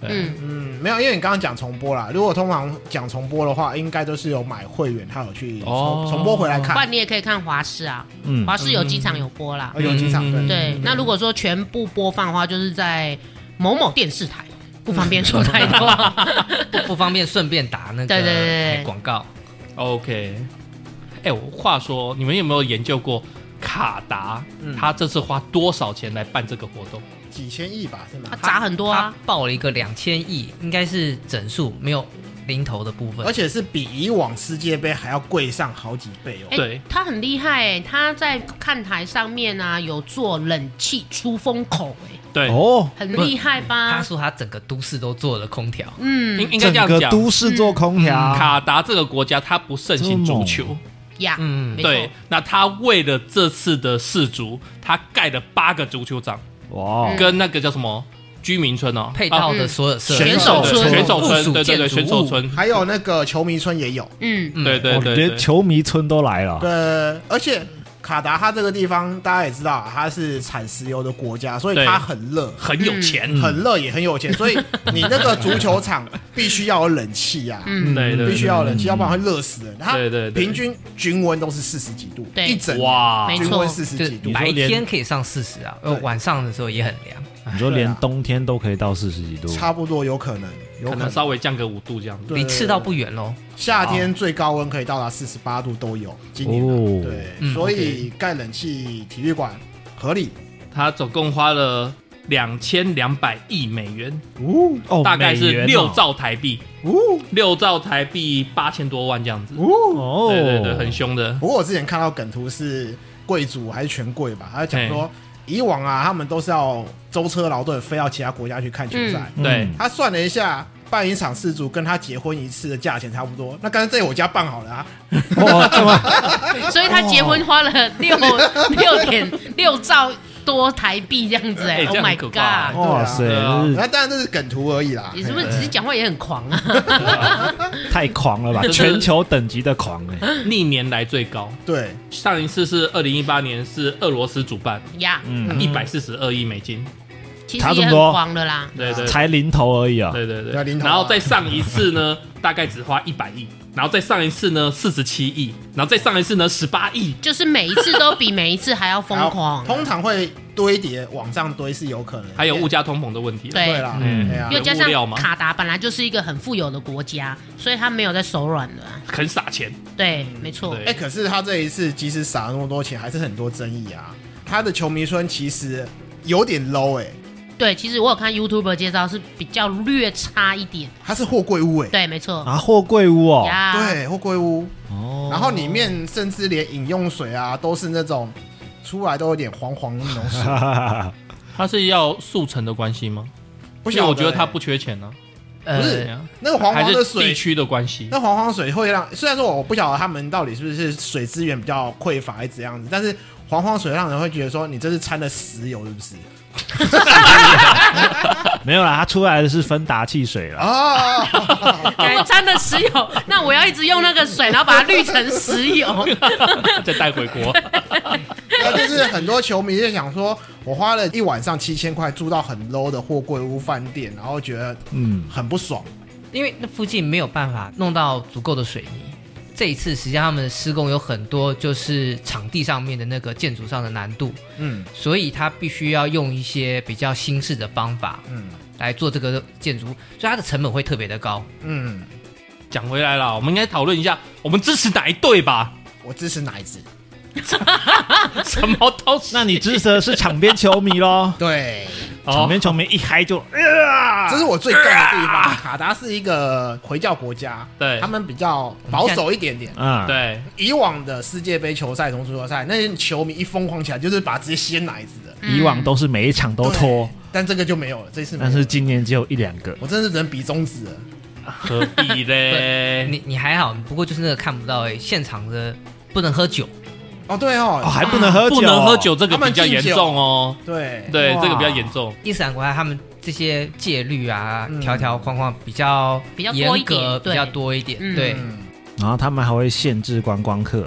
[SPEAKER 3] 对，
[SPEAKER 1] 嗯
[SPEAKER 5] 嗯，没有，因为你刚刚讲重播啦。如果通常讲重播的话，应该都是有买会员，他有去重、
[SPEAKER 3] 哦
[SPEAKER 5] 重播回来
[SPEAKER 1] 不
[SPEAKER 5] 看。
[SPEAKER 1] 然你也可以看华视啊，
[SPEAKER 2] 嗯，
[SPEAKER 1] 华视有几场有播啦。
[SPEAKER 5] 哦有几场
[SPEAKER 3] 嗯
[SPEAKER 5] 对
[SPEAKER 1] 对，那如果说全部播放的话，就是在某某电视台，不方便说太多。
[SPEAKER 4] 不
[SPEAKER 3] 嗯
[SPEAKER 4] 不方便，顺便打那个
[SPEAKER 1] 对对对对
[SPEAKER 4] 广告。
[SPEAKER 3] OK，哎、我话说，你们有没有研究过卡达、
[SPEAKER 2] 嗯
[SPEAKER 3] 他这次花多少钱来办这个活动？
[SPEAKER 5] 几千亿吧，是吗
[SPEAKER 1] 它？砸很多啊
[SPEAKER 4] 他，报了一个两千亿，应该是整数没有零头的部分
[SPEAKER 5] 而。且是比以往世界杯还要贵上好几倍哦。
[SPEAKER 1] 哎
[SPEAKER 3] 对
[SPEAKER 1] 他很厉害、欸，他在看台上面啊有做冷气出风口、
[SPEAKER 3] 对，
[SPEAKER 2] 哦
[SPEAKER 1] 哎，，很厉害
[SPEAKER 4] 他
[SPEAKER 1] 吧？
[SPEAKER 4] 说他整个都市都做了空调，
[SPEAKER 1] 嗯
[SPEAKER 3] 应应该
[SPEAKER 2] 整
[SPEAKER 3] 这样
[SPEAKER 2] 个
[SPEAKER 3] 讲。嗯
[SPEAKER 2] 都市啊做空调，
[SPEAKER 3] 卡达这个国家，它不盛行足球，
[SPEAKER 1] 呀，
[SPEAKER 4] 嗯
[SPEAKER 1] 没错
[SPEAKER 3] 对，，那他为了这次的世足，他盖了八个足球场，
[SPEAKER 2] 哇，哦
[SPEAKER 3] 跟那个叫什么居民村哦，
[SPEAKER 4] 配套
[SPEAKER 3] 啊
[SPEAKER 4] 的所有设
[SPEAKER 1] 哎选
[SPEAKER 4] 备、
[SPEAKER 5] 哦
[SPEAKER 1] 手村
[SPEAKER 3] 对选手
[SPEAKER 4] 附
[SPEAKER 3] 村，
[SPEAKER 4] 属
[SPEAKER 3] 对对对，
[SPEAKER 4] 建
[SPEAKER 3] 选
[SPEAKER 4] 筑
[SPEAKER 3] 手
[SPEAKER 4] 物，
[SPEAKER 3] 村，
[SPEAKER 5] 还有那个球迷村也有，
[SPEAKER 1] 嗯，
[SPEAKER 3] 对对
[SPEAKER 2] 哦
[SPEAKER 3] 对
[SPEAKER 2] 连
[SPEAKER 3] 对，
[SPEAKER 2] 球迷村都来
[SPEAKER 3] 啊
[SPEAKER 2] 了，
[SPEAKER 5] 呃，而且卡达它这个地方大家也知道啊，它是产石油的国家，所以
[SPEAKER 3] 对嗯
[SPEAKER 5] 它很热，
[SPEAKER 3] 很有钱，
[SPEAKER 5] 很热也很有钱，所以你那个足球场必须要有冷气呀、啊。
[SPEAKER 1] 嗯
[SPEAKER 3] 对对对
[SPEAKER 5] 必须要有冷气，要不然会热死人。它
[SPEAKER 3] 对对对
[SPEAKER 5] 平均均温都是四十几度，
[SPEAKER 1] 对
[SPEAKER 5] 一整年
[SPEAKER 3] 哇
[SPEAKER 1] 没错
[SPEAKER 5] 均温四十
[SPEAKER 4] 就
[SPEAKER 5] 几
[SPEAKER 4] 是
[SPEAKER 5] 度，
[SPEAKER 4] 白天可以上四十啊，呃
[SPEAKER 5] 对
[SPEAKER 4] 晚上的时候也很凉。
[SPEAKER 2] 你说
[SPEAKER 5] 对
[SPEAKER 2] 连
[SPEAKER 5] 啊
[SPEAKER 2] 冬天都可以到四十几度，
[SPEAKER 5] 差不多有可能，有
[SPEAKER 3] 可能稍微降个五度这样子。
[SPEAKER 5] 对
[SPEAKER 4] 离赤道不远喽。
[SPEAKER 5] 夏天最高温可以到达四十八度都有，今年啊、
[SPEAKER 2] 哦
[SPEAKER 5] 对，
[SPEAKER 4] 嗯
[SPEAKER 5] 所以盖冷气体育馆合理。
[SPEAKER 3] 他总共花了两千两百亿美元，
[SPEAKER 5] 呜
[SPEAKER 2] 哦，
[SPEAKER 3] 大概
[SPEAKER 2] 美
[SPEAKER 3] 是
[SPEAKER 2] 元哦
[SPEAKER 3] 六兆台币，
[SPEAKER 5] 呜
[SPEAKER 3] 六兆台币八千多万这样子。
[SPEAKER 5] 呜！
[SPEAKER 2] 哦，
[SPEAKER 3] 对对对，很凶的。
[SPEAKER 5] 不过我之前看到梗图是贵族还是权贵吧，他讲说以往啊，他们都是要舟车劳顿飞到其他国家去看球赛，
[SPEAKER 2] 嗯
[SPEAKER 3] 对
[SPEAKER 5] 他算了一下。办一场世足跟他结婚一次的价钱差不多，那干脆在我家办好了啊！
[SPEAKER 3] 嗯
[SPEAKER 2] 哦，这么
[SPEAKER 1] 所以他结婚花了 六六点六兆多台币这样子、
[SPEAKER 3] 哎
[SPEAKER 1] 哎
[SPEAKER 3] 这
[SPEAKER 1] ，Oh
[SPEAKER 3] 样
[SPEAKER 1] my
[SPEAKER 3] 很可怕
[SPEAKER 1] god！
[SPEAKER 2] 哇塞，
[SPEAKER 3] 对啊
[SPEAKER 2] 真
[SPEAKER 5] 那当然这是梗图而已啦。
[SPEAKER 3] 嗯
[SPEAKER 1] 你是不是
[SPEAKER 5] 嘿
[SPEAKER 1] 只是讲话也很狂啊？
[SPEAKER 2] 哎是太狂了吧？
[SPEAKER 3] 就是
[SPEAKER 2] 全球等级的狂哎，
[SPEAKER 3] 历年来最高，
[SPEAKER 5] 对？
[SPEAKER 3] 上一次是二零一八年，是俄罗斯主办，
[SPEAKER 1] 呀，
[SPEAKER 2] 嗯，
[SPEAKER 3] 一百四十二亿美金。
[SPEAKER 1] 其
[SPEAKER 2] 差
[SPEAKER 1] 实
[SPEAKER 2] 这
[SPEAKER 1] 也
[SPEAKER 2] 么
[SPEAKER 1] 很
[SPEAKER 2] 多
[SPEAKER 1] 狂了啦。
[SPEAKER 3] 对对
[SPEAKER 2] 才零头而已啊，
[SPEAKER 3] 对对
[SPEAKER 5] 对啊
[SPEAKER 3] 对。
[SPEAKER 5] 零头啊
[SPEAKER 3] 然后再上一次呢， 大概只花一百亿，然后再上一次呢四十七亿，然后再上一次呢十八亿。
[SPEAKER 1] 就是每一次都比每一次还要疯狂
[SPEAKER 5] 然后，通常会堆叠往上堆是有可能，
[SPEAKER 3] 还有物价哎通膨的问题。
[SPEAKER 1] 对
[SPEAKER 5] 对啦，
[SPEAKER 2] 嗯
[SPEAKER 5] 对啊
[SPEAKER 1] 又
[SPEAKER 3] 有，
[SPEAKER 1] 加
[SPEAKER 3] 物料
[SPEAKER 1] 上
[SPEAKER 3] 嘛
[SPEAKER 1] 卡达本来就是一个很富有的国家，所以他没有在手软的啊、
[SPEAKER 3] 很撒钱。
[SPEAKER 1] 对，
[SPEAKER 2] 嗯
[SPEAKER 1] 没错，
[SPEAKER 3] 对
[SPEAKER 5] 哎、可是他这一次即使撒了那么多钱，还是很多争议啊。他的球迷村其实有点 low 哎、
[SPEAKER 1] 对，其实我有看 YouTube 介绍是比较略差一点，
[SPEAKER 5] 它是货柜屋哎、
[SPEAKER 1] 对，没错，
[SPEAKER 2] 啊，货柜屋哦，
[SPEAKER 1] 呀，
[SPEAKER 5] 对，货柜屋，
[SPEAKER 2] 哦，
[SPEAKER 5] 然后里面甚 至连饮用水啊都是那种出来都有点黄黄的那种水，
[SPEAKER 2] 哈哈哈哈
[SPEAKER 3] 他是要速成的关系吗？
[SPEAKER 5] 不
[SPEAKER 3] 因为
[SPEAKER 5] 行，
[SPEAKER 3] 我觉得他不缺钱呢、
[SPEAKER 5] 不是
[SPEAKER 3] 对
[SPEAKER 4] 呃，
[SPEAKER 3] 啊，
[SPEAKER 5] 那个黄
[SPEAKER 3] 还
[SPEAKER 5] 黄的
[SPEAKER 3] 是
[SPEAKER 5] 水
[SPEAKER 3] 地区的关 系。
[SPEAKER 5] 那黄黄水会让，虽然说我不晓得他们到底是不是水资源比较匮乏还是怎样子，但是黄黄水让人会觉得说你这是掺了石油是不是？
[SPEAKER 2] 没有啦，它出来的是芬达汽水
[SPEAKER 3] 啊
[SPEAKER 2] 啦。
[SPEAKER 5] 哦，
[SPEAKER 1] 我掺的石 油，那我要一直用那个水，然后把它滤成石油。
[SPEAKER 3] 再带回国，
[SPEAKER 5] 那就是很多球迷就想说，我花了一晚上七千块住到很 low 的货柜屋饭店，然后觉得
[SPEAKER 2] 嗯，
[SPEAKER 5] 很不爽。
[SPEAKER 4] 因为那附近没有办法弄到足够的水泥。这一次，实际上他们的施工有很多就是场地上面的那个建筑上的难度，
[SPEAKER 5] 嗯
[SPEAKER 4] 所以他必须要用一些比较新式的方法
[SPEAKER 5] 嗯
[SPEAKER 4] 来做这个建筑，所以它的成本会特别的高。
[SPEAKER 5] 嗯，
[SPEAKER 3] 讲回来了，我们应该讨论一下，我们支持哪一队吧？
[SPEAKER 5] 我支持哪一支？？
[SPEAKER 3] 什么都是。
[SPEAKER 2] 那你支持的是场边球迷喽
[SPEAKER 5] 对，
[SPEAKER 2] 场
[SPEAKER 3] 哦，
[SPEAKER 2] 边球迷一嗨就，啊
[SPEAKER 5] 这是我最干的地方。啊卡达是一个回教国家，
[SPEAKER 3] 对
[SPEAKER 5] 他们比较保守一点点。
[SPEAKER 2] 啊，
[SPEAKER 3] 对，
[SPEAKER 5] 以往的世界杯球赛、从足球赛，那些球迷一疯狂起来，就是把直接掀奶子的，
[SPEAKER 2] 以往
[SPEAKER 1] 嗯
[SPEAKER 2] 都是每一场都拖，
[SPEAKER 5] 但这个就没有了，这次没有
[SPEAKER 2] 但
[SPEAKER 5] 了
[SPEAKER 2] 是今年只有一两个。
[SPEAKER 5] 我真的是只能比中指了。
[SPEAKER 3] 何必 嘞？
[SPEAKER 4] 你你还好，不过就是那个看不到哎、现场的不能喝酒，
[SPEAKER 5] 哦，对哦，
[SPEAKER 2] 哦，还不能喝酒，
[SPEAKER 3] 啊不能喝，酒，这个
[SPEAKER 5] 他们
[SPEAKER 3] 比较
[SPEAKER 5] 禁
[SPEAKER 3] 严
[SPEAKER 5] 酒
[SPEAKER 3] 重哦。
[SPEAKER 5] 对
[SPEAKER 3] 对，
[SPEAKER 2] 哇
[SPEAKER 3] 这个比较严重。
[SPEAKER 4] 伊斯兰国家他们这些戒律啊、
[SPEAKER 5] 嗯
[SPEAKER 4] 条条框框比较
[SPEAKER 1] 比较多一
[SPEAKER 4] 严
[SPEAKER 1] 点
[SPEAKER 4] 格，
[SPEAKER 1] 对
[SPEAKER 4] 比较多一点。
[SPEAKER 1] 嗯
[SPEAKER 4] 对，
[SPEAKER 5] 嗯
[SPEAKER 2] 然后他们还会限制观光客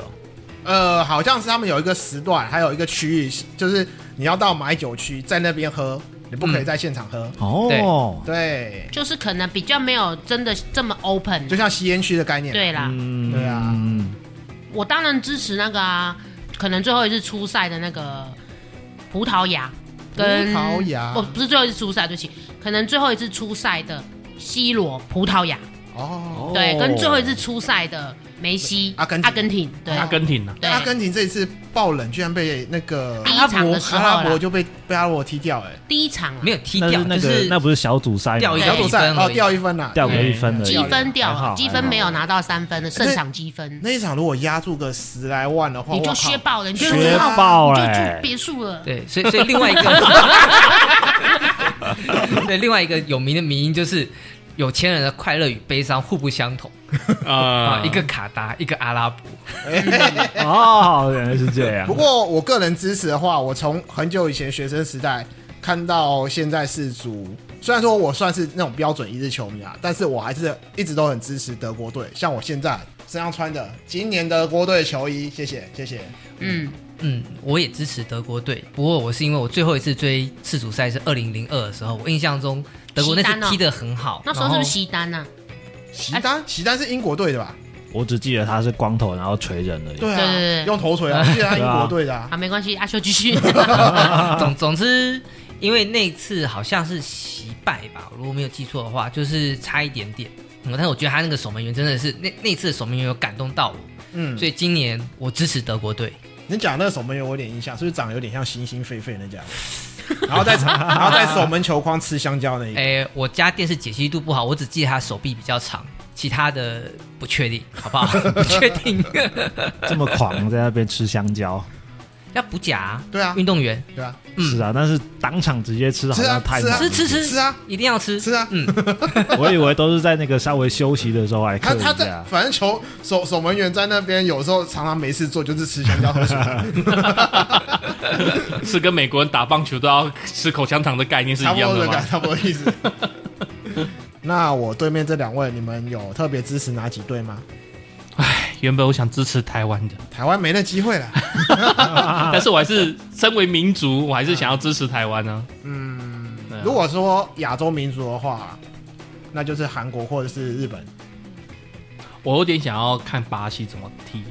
[SPEAKER 2] 哦、
[SPEAKER 5] 呃，好像是他们有一个时段，还有一个区域，就是你要到买酒区，在那边喝，你不可以在现场喝。
[SPEAKER 2] 哦，
[SPEAKER 5] 对，
[SPEAKER 1] 就是可能比较没有真的这么 open
[SPEAKER 5] 就。像吸烟区的概念。
[SPEAKER 1] 对啦，
[SPEAKER 2] 嗯
[SPEAKER 5] 对啊
[SPEAKER 2] 嗯
[SPEAKER 1] 我当然支持那个啊，可能最后一次出赛的那个葡萄牙跟
[SPEAKER 5] 葡萄牙
[SPEAKER 1] 哦，不是最后一次出赛，对不起，可能最后一次出赛的 C 罗葡萄牙，
[SPEAKER 5] 哦，
[SPEAKER 1] 对，跟最后一次出赛的梅西
[SPEAKER 5] 阿根廷
[SPEAKER 1] 阿根廷，啊对，
[SPEAKER 3] 阿根廷呢？
[SPEAKER 1] 对
[SPEAKER 5] 阿根廷这一次爆冷，居然被那个
[SPEAKER 1] 第一场的时
[SPEAKER 5] 阿
[SPEAKER 1] 候啦
[SPEAKER 5] 拉伯就被被阿拉伯踢掉、哎，
[SPEAKER 1] 第一场啊
[SPEAKER 4] 没有踢
[SPEAKER 2] 那
[SPEAKER 4] 掉，
[SPEAKER 2] 是那
[SPEAKER 4] 就
[SPEAKER 2] 个、
[SPEAKER 4] 是
[SPEAKER 2] 那不是小组赛
[SPEAKER 4] 掉
[SPEAKER 2] 吗
[SPEAKER 4] 一？
[SPEAKER 5] 小组赛
[SPEAKER 4] 一分而
[SPEAKER 5] 哦
[SPEAKER 4] 已
[SPEAKER 5] 掉一分啦，
[SPEAKER 2] 掉个一分而已，
[SPEAKER 1] 哎积分掉
[SPEAKER 2] 还
[SPEAKER 1] 了，
[SPEAKER 2] 好
[SPEAKER 1] 积分没有拿到三分的胜场积分，
[SPEAKER 5] 那一场如果压住个十来万的话，
[SPEAKER 1] 你就
[SPEAKER 5] 我靠
[SPEAKER 1] 削爆了，你就
[SPEAKER 5] 学
[SPEAKER 2] 学
[SPEAKER 1] 住
[SPEAKER 2] 爆
[SPEAKER 1] 你
[SPEAKER 2] 了、
[SPEAKER 1] 就住
[SPEAKER 2] 欸，
[SPEAKER 1] 别墅了，
[SPEAKER 4] 对，所以所以另 外一个，对另外一个有名的迷因就是有钱人的快乐与悲伤互不相同啊、
[SPEAKER 3] 啊
[SPEAKER 4] 一个卡达，一个阿拉伯，
[SPEAKER 2] 哦，原来是这样
[SPEAKER 5] 不。过我个人支持的话，我从很久以前学生时代看到现在世足，虽然说我算是那种标准一日球迷啊，但是我还是一直都很支持德国队。像我现在身上穿的今年德国队球衣，谢谢谢谢。
[SPEAKER 1] 嗯，
[SPEAKER 4] 嗯，我也支持德国队，不过我是因为我最后一次追世足赛是二零零二的时候，我印象中德国那
[SPEAKER 1] 西单
[SPEAKER 4] 次
[SPEAKER 1] 哦
[SPEAKER 4] 踢得很好，
[SPEAKER 1] 那时候是不
[SPEAKER 4] 然
[SPEAKER 1] 是
[SPEAKER 4] 后
[SPEAKER 1] 西单啊呐？
[SPEAKER 5] 席丹，席丹是英国队的吧？
[SPEAKER 2] 我只记得他是光头，然后锤人而已。
[SPEAKER 5] 对啊，
[SPEAKER 1] 对对对
[SPEAKER 5] 用头锤啊，我记得他英国队的啊。
[SPEAKER 1] 好，没关系，阿修继 续，
[SPEAKER 4] 总总之，因为那次好像是惜败吧，如果没有记错的话，就是差一点点。嗯但是我觉得他那个守门员真的是那那次的守门员有感动到我，
[SPEAKER 1] 啊
[SPEAKER 5] 嗯，
[SPEAKER 4] 所以今年我支持德国队。
[SPEAKER 5] 你讲那个守门员，我有点印象，是不是长得有点像猩猩狒狒那家 伙？然后在然后在守门球框吃香蕉那一个。
[SPEAKER 4] 哎，我家电视解析度不好，我只记得他手臂比较长，其他的不确定，好 不好？不确定，
[SPEAKER 2] 这么狂，在那边吃香蕉，
[SPEAKER 4] 要补钾啊、
[SPEAKER 5] 对
[SPEAKER 1] 哎
[SPEAKER 5] 啊，
[SPEAKER 4] 运动员
[SPEAKER 5] 对啊，
[SPEAKER 4] 嗯
[SPEAKER 2] 是啊，但是当场直接吃好
[SPEAKER 5] 吃啊
[SPEAKER 2] 像太
[SPEAKER 5] 吃啊
[SPEAKER 2] 猛了。
[SPEAKER 4] 吃吃吃
[SPEAKER 5] 是啊，
[SPEAKER 4] 一定要吃。
[SPEAKER 5] 是啊，
[SPEAKER 4] 嗯，
[SPEAKER 2] 我以为都是在那个稍微休息的时候来
[SPEAKER 5] 他
[SPEAKER 2] 克
[SPEAKER 3] 啊
[SPEAKER 5] 他
[SPEAKER 2] 一
[SPEAKER 5] 在
[SPEAKER 2] 下。
[SPEAKER 5] 反正球守守门员在那边，有时候常常没事做，就是吃香蕉喝 水。
[SPEAKER 3] 是跟美国人打棒球都要吃口香糖的概念是
[SPEAKER 5] 差
[SPEAKER 3] 一
[SPEAKER 5] 不
[SPEAKER 3] 样
[SPEAKER 5] 多
[SPEAKER 3] 的
[SPEAKER 5] 的感
[SPEAKER 3] 吗
[SPEAKER 5] 觉，？差不多意思。 那我对面这两位，你们有特别支持哪几队吗？
[SPEAKER 3] 原本我想支持台湾的，
[SPEAKER 5] 台湾没那机 会了。
[SPEAKER 2] 啊
[SPEAKER 3] 但是我还是身为民族，我还是想要支持台湾呢。
[SPEAKER 5] 嗯
[SPEAKER 3] 对啊，
[SPEAKER 5] 如果说亚洲民族的话，那就是韩国或者是日本、
[SPEAKER 3] 我有点想要看巴西怎么踢，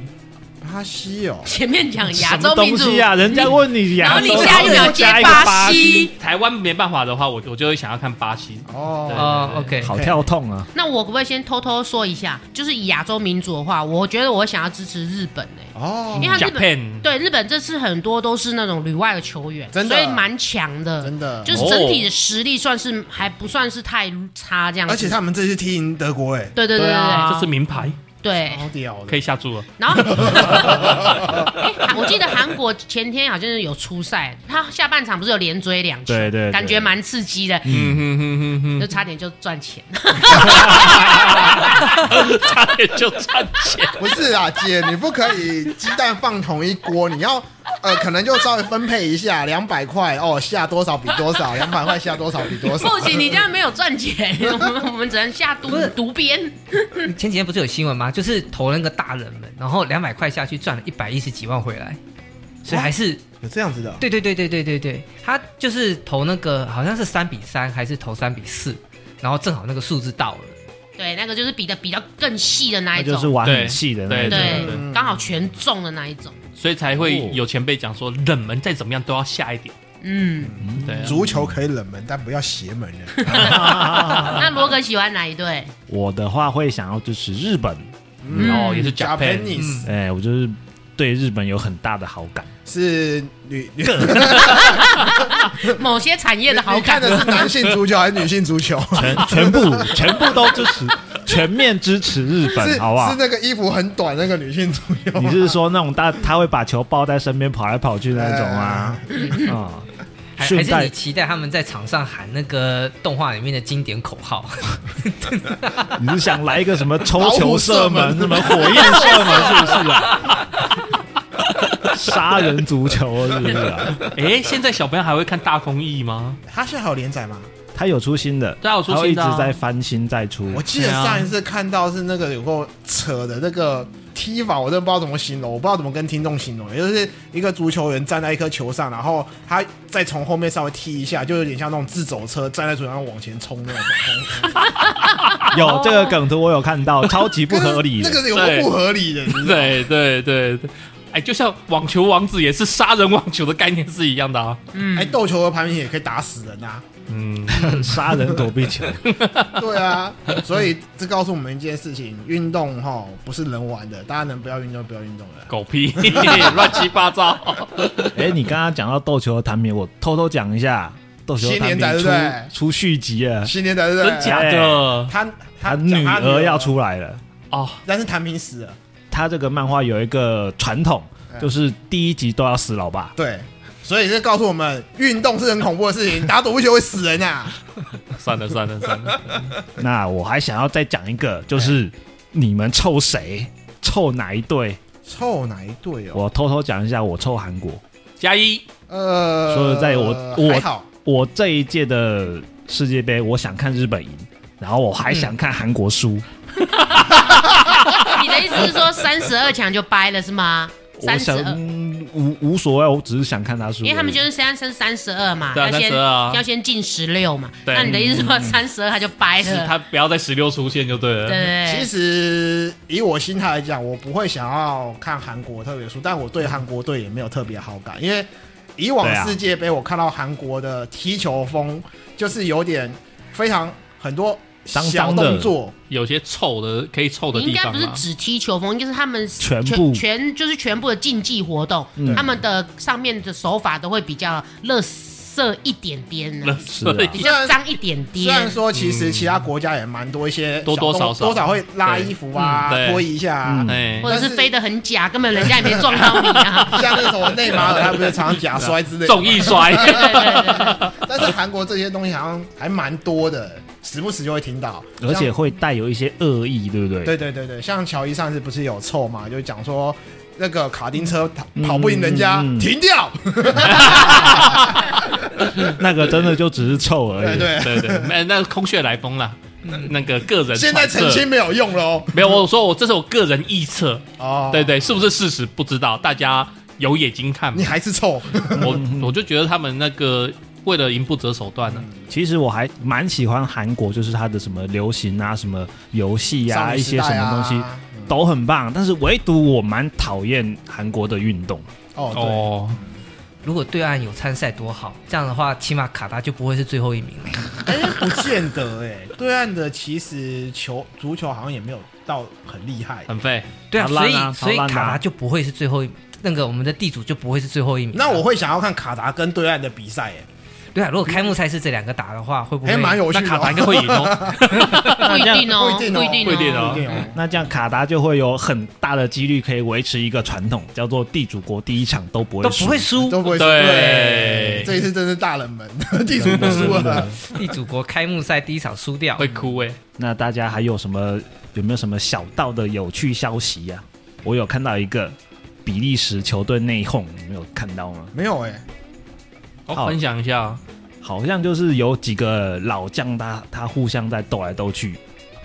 [SPEAKER 5] 巴西哦。
[SPEAKER 1] 前面讲
[SPEAKER 2] 什
[SPEAKER 1] 亚
[SPEAKER 2] 么
[SPEAKER 1] 洲民
[SPEAKER 2] 东
[SPEAKER 1] 族
[SPEAKER 2] 西啊，人家问你
[SPEAKER 1] 然
[SPEAKER 2] 亚
[SPEAKER 1] 后
[SPEAKER 2] 洲，
[SPEAKER 1] 你下一秒接
[SPEAKER 2] 加一个
[SPEAKER 1] 巴
[SPEAKER 2] 巴
[SPEAKER 1] 西，，
[SPEAKER 3] 台湾没办法的话，我我就会想要看巴西。对
[SPEAKER 5] 哦，
[SPEAKER 4] 哦
[SPEAKER 3] 对
[SPEAKER 4] ，OK，
[SPEAKER 2] 好跳痛啊！
[SPEAKER 1] 那我可不可以先偷偷说一下，就是以亚洲民族的话，我觉得我想要支持日本呢、
[SPEAKER 5] 哦
[SPEAKER 1] 因，为他日本
[SPEAKER 3] Japan
[SPEAKER 1] 对日本这次很多都是那种旅外的球员，
[SPEAKER 5] 真的
[SPEAKER 1] 所以蛮强的，
[SPEAKER 5] 真的
[SPEAKER 1] 就是整体的实力算是还不算是太差这样子。
[SPEAKER 5] 而且他们这次踢赢德国，哎，
[SPEAKER 1] 对对对对
[SPEAKER 3] 对
[SPEAKER 1] 对，
[SPEAKER 3] 啊，这是名牌，
[SPEAKER 1] 对，
[SPEAKER 5] 超屌的，
[SPEAKER 3] 可以下注了。
[SPEAKER 1] 然后， 哎、韩我记得韩国前天好像是有出赛，他下半场不是有连追两球，
[SPEAKER 2] 对对对
[SPEAKER 1] 感觉蛮刺激的，
[SPEAKER 3] 嗯哼哼哼
[SPEAKER 1] 就差点就赚钱。
[SPEAKER 3] 哼，差点就赚钱。
[SPEAKER 5] 不是啊，姐，你不可以鸡蛋放同一锅，你要呃，可能就稍微分配一下，两百块哦，下多少比多少，两百块下多少比多 少。
[SPEAKER 1] 不行，你这样没有赚钱，我们我们只能下
[SPEAKER 4] 不
[SPEAKER 1] 毒
[SPEAKER 4] 是
[SPEAKER 1] 毒边。
[SPEAKER 4] 前几天不是有新闻吗？就是投了那个大冷门，然后两百块下去赚了一百一十几万回来，所以还是
[SPEAKER 5] 有这样子的，
[SPEAKER 4] 对对对对对对对，他就是投那个好像是三比三还是投三比四，然后正好那个数字到了，
[SPEAKER 1] 对，那个就是比的比较更细的那
[SPEAKER 2] 那
[SPEAKER 1] 一
[SPEAKER 2] 就是
[SPEAKER 1] 种，
[SPEAKER 2] 玩
[SPEAKER 3] 对
[SPEAKER 2] 很细的那
[SPEAKER 3] 对
[SPEAKER 2] 一种。
[SPEAKER 1] 对
[SPEAKER 3] 对
[SPEAKER 5] 对，
[SPEAKER 1] 刚好全中的那一种。
[SPEAKER 3] 所以才会有前辈讲说，冷门再怎么样都要下一点。
[SPEAKER 1] 嗯，
[SPEAKER 3] 对啊，
[SPEAKER 5] 足球可以冷门，但不要邪门
[SPEAKER 1] 嗯
[SPEAKER 5] 的。
[SPEAKER 1] 那罗格喜欢哪一队？
[SPEAKER 2] 我的话会想要支持日本，
[SPEAKER 1] 嗯
[SPEAKER 3] 哦，也是 Japan，
[SPEAKER 5] Japanese
[SPEAKER 2] 哎，我就是对日本有很大的好感。
[SPEAKER 5] 是女女
[SPEAKER 1] 某些产业的好
[SPEAKER 5] 你看
[SPEAKER 1] 感。
[SPEAKER 5] 的是男性足球还是女性足球？
[SPEAKER 2] 全全部全部都支持，全面支持日
[SPEAKER 5] 是
[SPEAKER 2] 本，好不好
[SPEAKER 5] 是？那个衣服很短那个女性足球
[SPEAKER 2] 你
[SPEAKER 5] 吗。
[SPEAKER 2] 是说那种大他会把球抱在身边跑来跑去那种 啊？啊，
[SPEAKER 4] 还还
[SPEAKER 2] 顺
[SPEAKER 4] 是
[SPEAKER 2] 带
[SPEAKER 4] 你期待他们在场上喊那个动画里面的经典口号？
[SPEAKER 2] 你是想来一个什么抽
[SPEAKER 5] 老虎
[SPEAKER 2] 球
[SPEAKER 5] 射
[SPEAKER 2] 射
[SPEAKER 5] 门
[SPEAKER 2] 门、什么火焰射门，是不是啊？ 杀人足球是不是啊？
[SPEAKER 3] 哎，现在小朋友还会看大空翼吗？
[SPEAKER 5] 他现在还有连载吗？
[SPEAKER 2] 他有出新的，
[SPEAKER 3] 对啊有出
[SPEAKER 2] 他会
[SPEAKER 3] 新的啊
[SPEAKER 2] 一直在翻新再出。
[SPEAKER 5] 我记得
[SPEAKER 3] 对啊
[SPEAKER 5] 上一次看到是那个有个扯的那个踢法，我真的不知道怎么形容，我不知道怎么跟听众形容，也就是一个足球员站在一颗球上，然后他再从后面稍微踢一下，就有点像那种自走车站在球上往前冲那种。
[SPEAKER 2] 嗯有这个梗图，我有看到，超级不合理
[SPEAKER 5] 那
[SPEAKER 2] 的。
[SPEAKER 5] 个有个不合理的，你知道吗
[SPEAKER 3] 对对对对，哎，就像网球王子也是杀人网球的概念是一样的啊。
[SPEAKER 2] 嗯
[SPEAKER 5] 哎，斗球和排名也可以打死人呐、
[SPEAKER 3] 嗯，
[SPEAKER 2] 杀人躲避球，嗯
[SPEAKER 5] 对啊，所以这告诉我们一件事情：运动哈不是人玩的，大家能不要运动不要运动了。
[SPEAKER 3] 狗屁， 乱七八糟。
[SPEAKER 2] 哎、你刚刚讲到斗球的弹棉，我偷偷讲一下，斗球的
[SPEAKER 5] 新
[SPEAKER 2] 弹
[SPEAKER 5] 年展
[SPEAKER 2] 棉
[SPEAKER 5] 对
[SPEAKER 2] 出
[SPEAKER 5] 不对出
[SPEAKER 2] 续集了，
[SPEAKER 5] 新年的对不
[SPEAKER 3] 真
[SPEAKER 5] 对？
[SPEAKER 3] 假的？
[SPEAKER 5] 他
[SPEAKER 2] 他
[SPEAKER 5] 他
[SPEAKER 2] 女
[SPEAKER 5] 他
[SPEAKER 2] 儿要出来了。
[SPEAKER 3] 哦，
[SPEAKER 5] 但是谭平死了，
[SPEAKER 2] 他这个漫画有一个传统，就是第一集都要死老爸。
[SPEAKER 5] 对，所以这告诉我们，运动是很恐怖的事情，打躲避球会死人啊！
[SPEAKER 3] 算了算了算了，
[SPEAKER 2] 那我还想要再讲一个，就是你们臭谁？臭哪一队？
[SPEAKER 5] 臭哪一队哦？
[SPEAKER 2] 我偷偷讲一下，我臭韩国。
[SPEAKER 3] 加一
[SPEAKER 5] 呃，
[SPEAKER 2] 说实在我我
[SPEAKER 5] 还好，
[SPEAKER 2] 我这一届的世界杯，我想看日本赢，然后我还想看韩国输。
[SPEAKER 1] 你的意思是说三十二强就掰了是吗？
[SPEAKER 2] 我
[SPEAKER 1] 三十
[SPEAKER 2] 想
[SPEAKER 1] 二，
[SPEAKER 2] 嗯无无所谓，我只是想看他输而已。
[SPEAKER 1] 因为他们就是现在升三十二嘛，
[SPEAKER 3] 对啊
[SPEAKER 1] 要先
[SPEAKER 3] 32啊
[SPEAKER 1] 要先进十六嘛。
[SPEAKER 3] 对
[SPEAKER 1] 那你的意思说三十二他就掰
[SPEAKER 3] 是
[SPEAKER 1] 了？
[SPEAKER 3] 他不要在十六出现就对了。
[SPEAKER 1] 呃对
[SPEAKER 5] 其实以我心态来讲，我不会想要看韩国特别输，但我对韩国队也没有特别好感，因为以往
[SPEAKER 2] 对啊
[SPEAKER 5] 世界杯我看到韩国的踢球风就是有点非常很多
[SPEAKER 2] 脏
[SPEAKER 5] 小
[SPEAKER 2] 脏的
[SPEAKER 5] 动作，
[SPEAKER 3] 有些臭的可以臭的
[SPEAKER 1] 你应
[SPEAKER 3] 地
[SPEAKER 1] 该
[SPEAKER 3] 方
[SPEAKER 1] 不是
[SPEAKER 3] 啊。
[SPEAKER 1] 只踢球风，应该是他们
[SPEAKER 2] 全部
[SPEAKER 1] 全就是全部的竞技活动，他们的上面的手法都会比较乐色一点点的、
[SPEAKER 2] 是啊
[SPEAKER 1] 比较脏一点
[SPEAKER 5] 虽然
[SPEAKER 1] 点。
[SPEAKER 5] 说其实其他国家也蛮多一些
[SPEAKER 3] 多多
[SPEAKER 5] 小动
[SPEAKER 3] 少少
[SPEAKER 5] 多少会拉衣服啊
[SPEAKER 3] 对嗯，对
[SPEAKER 5] 脱一下啊
[SPEAKER 2] 嗯。
[SPEAKER 3] 哎
[SPEAKER 1] 或，者
[SPEAKER 5] 但
[SPEAKER 1] 是
[SPEAKER 5] 是
[SPEAKER 1] 飞得很假，根本人家也没撞到你啊！
[SPEAKER 5] 像那个什么内马尔，他不是常常假摔之类的。
[SPEAKER 3] 重易摔。
[SPEAKER 1] 对对对对对
[SPEAKER 5] 但是韩国这些东西好像还蛮多的，时不时就会听到。
[SPEAKER 2] 而且
[SPEAKER 5] 像，
[SPEAKER 2] 会带有一些恶意，对不对？
[SPEAKER 5] 对对对对，像乔伊上次不是有臭嘛，就讲说那个卡丁车跑跑不赢人家，
[SPEAKER 2] 嗯嗯嗯
[SPEAKER 5] 停掉。
[SPEAKER 2] 那个真的就只是臭而
[SPEAKER 5] 对
[SPEAKER 2] 已。
[SPEAKER 5] 哎对，
[SPEAKER 3] 对对，那那空穴来风啦。那个个人
[SPEAKER 5] 嗯现在
[SPEAKER 3] 揣测
[SPEAKER 5] 澄清没有用喽。
[SPEAKER 3] 没有，我说我这是我个人臆测，
[SPEAKER 5] 哦，
[SPEAKER 3] 对，对，是不是事实不知道，大家有眼睛看
[SPEAKER 5] 你。还是臭。
[SPEAKER 3] 我我就觉得他们那个为了赢不择手段啊呢。
[SPEAKER 2] 其实我还蛮喜欢韩国，就是它的什么流行啊、什么游戏啊、
[SPEAKER 5] 少女
[SPEAKER 2] 一
[SPEAKER 5] 时
[SPEAKER 2] 些
[SPEAKER 5] 代啊
[SPEAKER 2] 什么东西
[SPEAKER 5] 嗯
[SPEAKER 2] 都很棒，但是唯独我蛮讨厌韩国的运动。
[SPEAKER 5] 哦，对。
[SPEAKER 3] 哦，
[SPEAKER 4] 如果对岸有参赛多好，这样的话起码卡达就不会是最后一名了。
[SPEAKER 5] 哎、不见得哎、对岸的其实球足球好像也没有到很厉害。
[SPEAKER 3] 很废。
[SPEAKER 4] 对啊，
[SPEAKER 2] 好
[SPEAKER 4] 所
[SPEAKER 2] 烂
[SPEAKER 4] 以
[SPEAKER 2] 啊
[SPEAKER 4] 所以
[SPEAKER 2] 好烂啊
[SPEAKER 4] 卡达就不会是最后一名，那个我们的地主就不会是最后一名。
[SPEAKER 5] 那我会想要看卡达跟对岸的比赛、哎，
[SPEAKER 4] 对啊，如果开幕赛是这两个打的话，会不会
[SPEAKER 5] 哎，蛮有
[SPEAKER 3] 那
[SPEAKER 5] 趣的
[SPEAKER 3] 卡
[SPEAKER 5] 哦，
[SPEAKER 3] 达应该会赢 哦。
[SPEAKER 1] 不一定哦，
[SPEAKER 5] 不一定哦
[SPEAKER 3] 不一定
[SPEAKER 1] 哦
[SPEAKER 3] 哦。
[SPEAKER 5] 不一定哦
[SPEAKER 2] 那这样卡达就会有很大的几率可以维持一个传统，叫做地主国第一场都不会
[SPEAKER 4] 都不会
[SPEAKER 2] 输
[SPEAKER 4] 输？
[SPEAKER 5] 都不会输
[SPEAKER 3] 对
[SPEAKER 5] 这一次真是大冷门， 地主不输啊了。
[SPEAKER 4] 地主国开幕赛第一场输掉
[SPEAKER 3] 会，哭哎、
[SPEAKER 2] 那大家还有什么有没有什么小道的有趣消息呀、我有看到一个比利时球队内讧，你们有看到吗？
[SPEAKER 5] 没有哎，
[SPEAKER 3] 我、
[SPEAKER 2] 好
[SPEAKER 3] 分享一下，
[SPEAKER 2] 好像就是有几个老将他他互相在斗来斗去，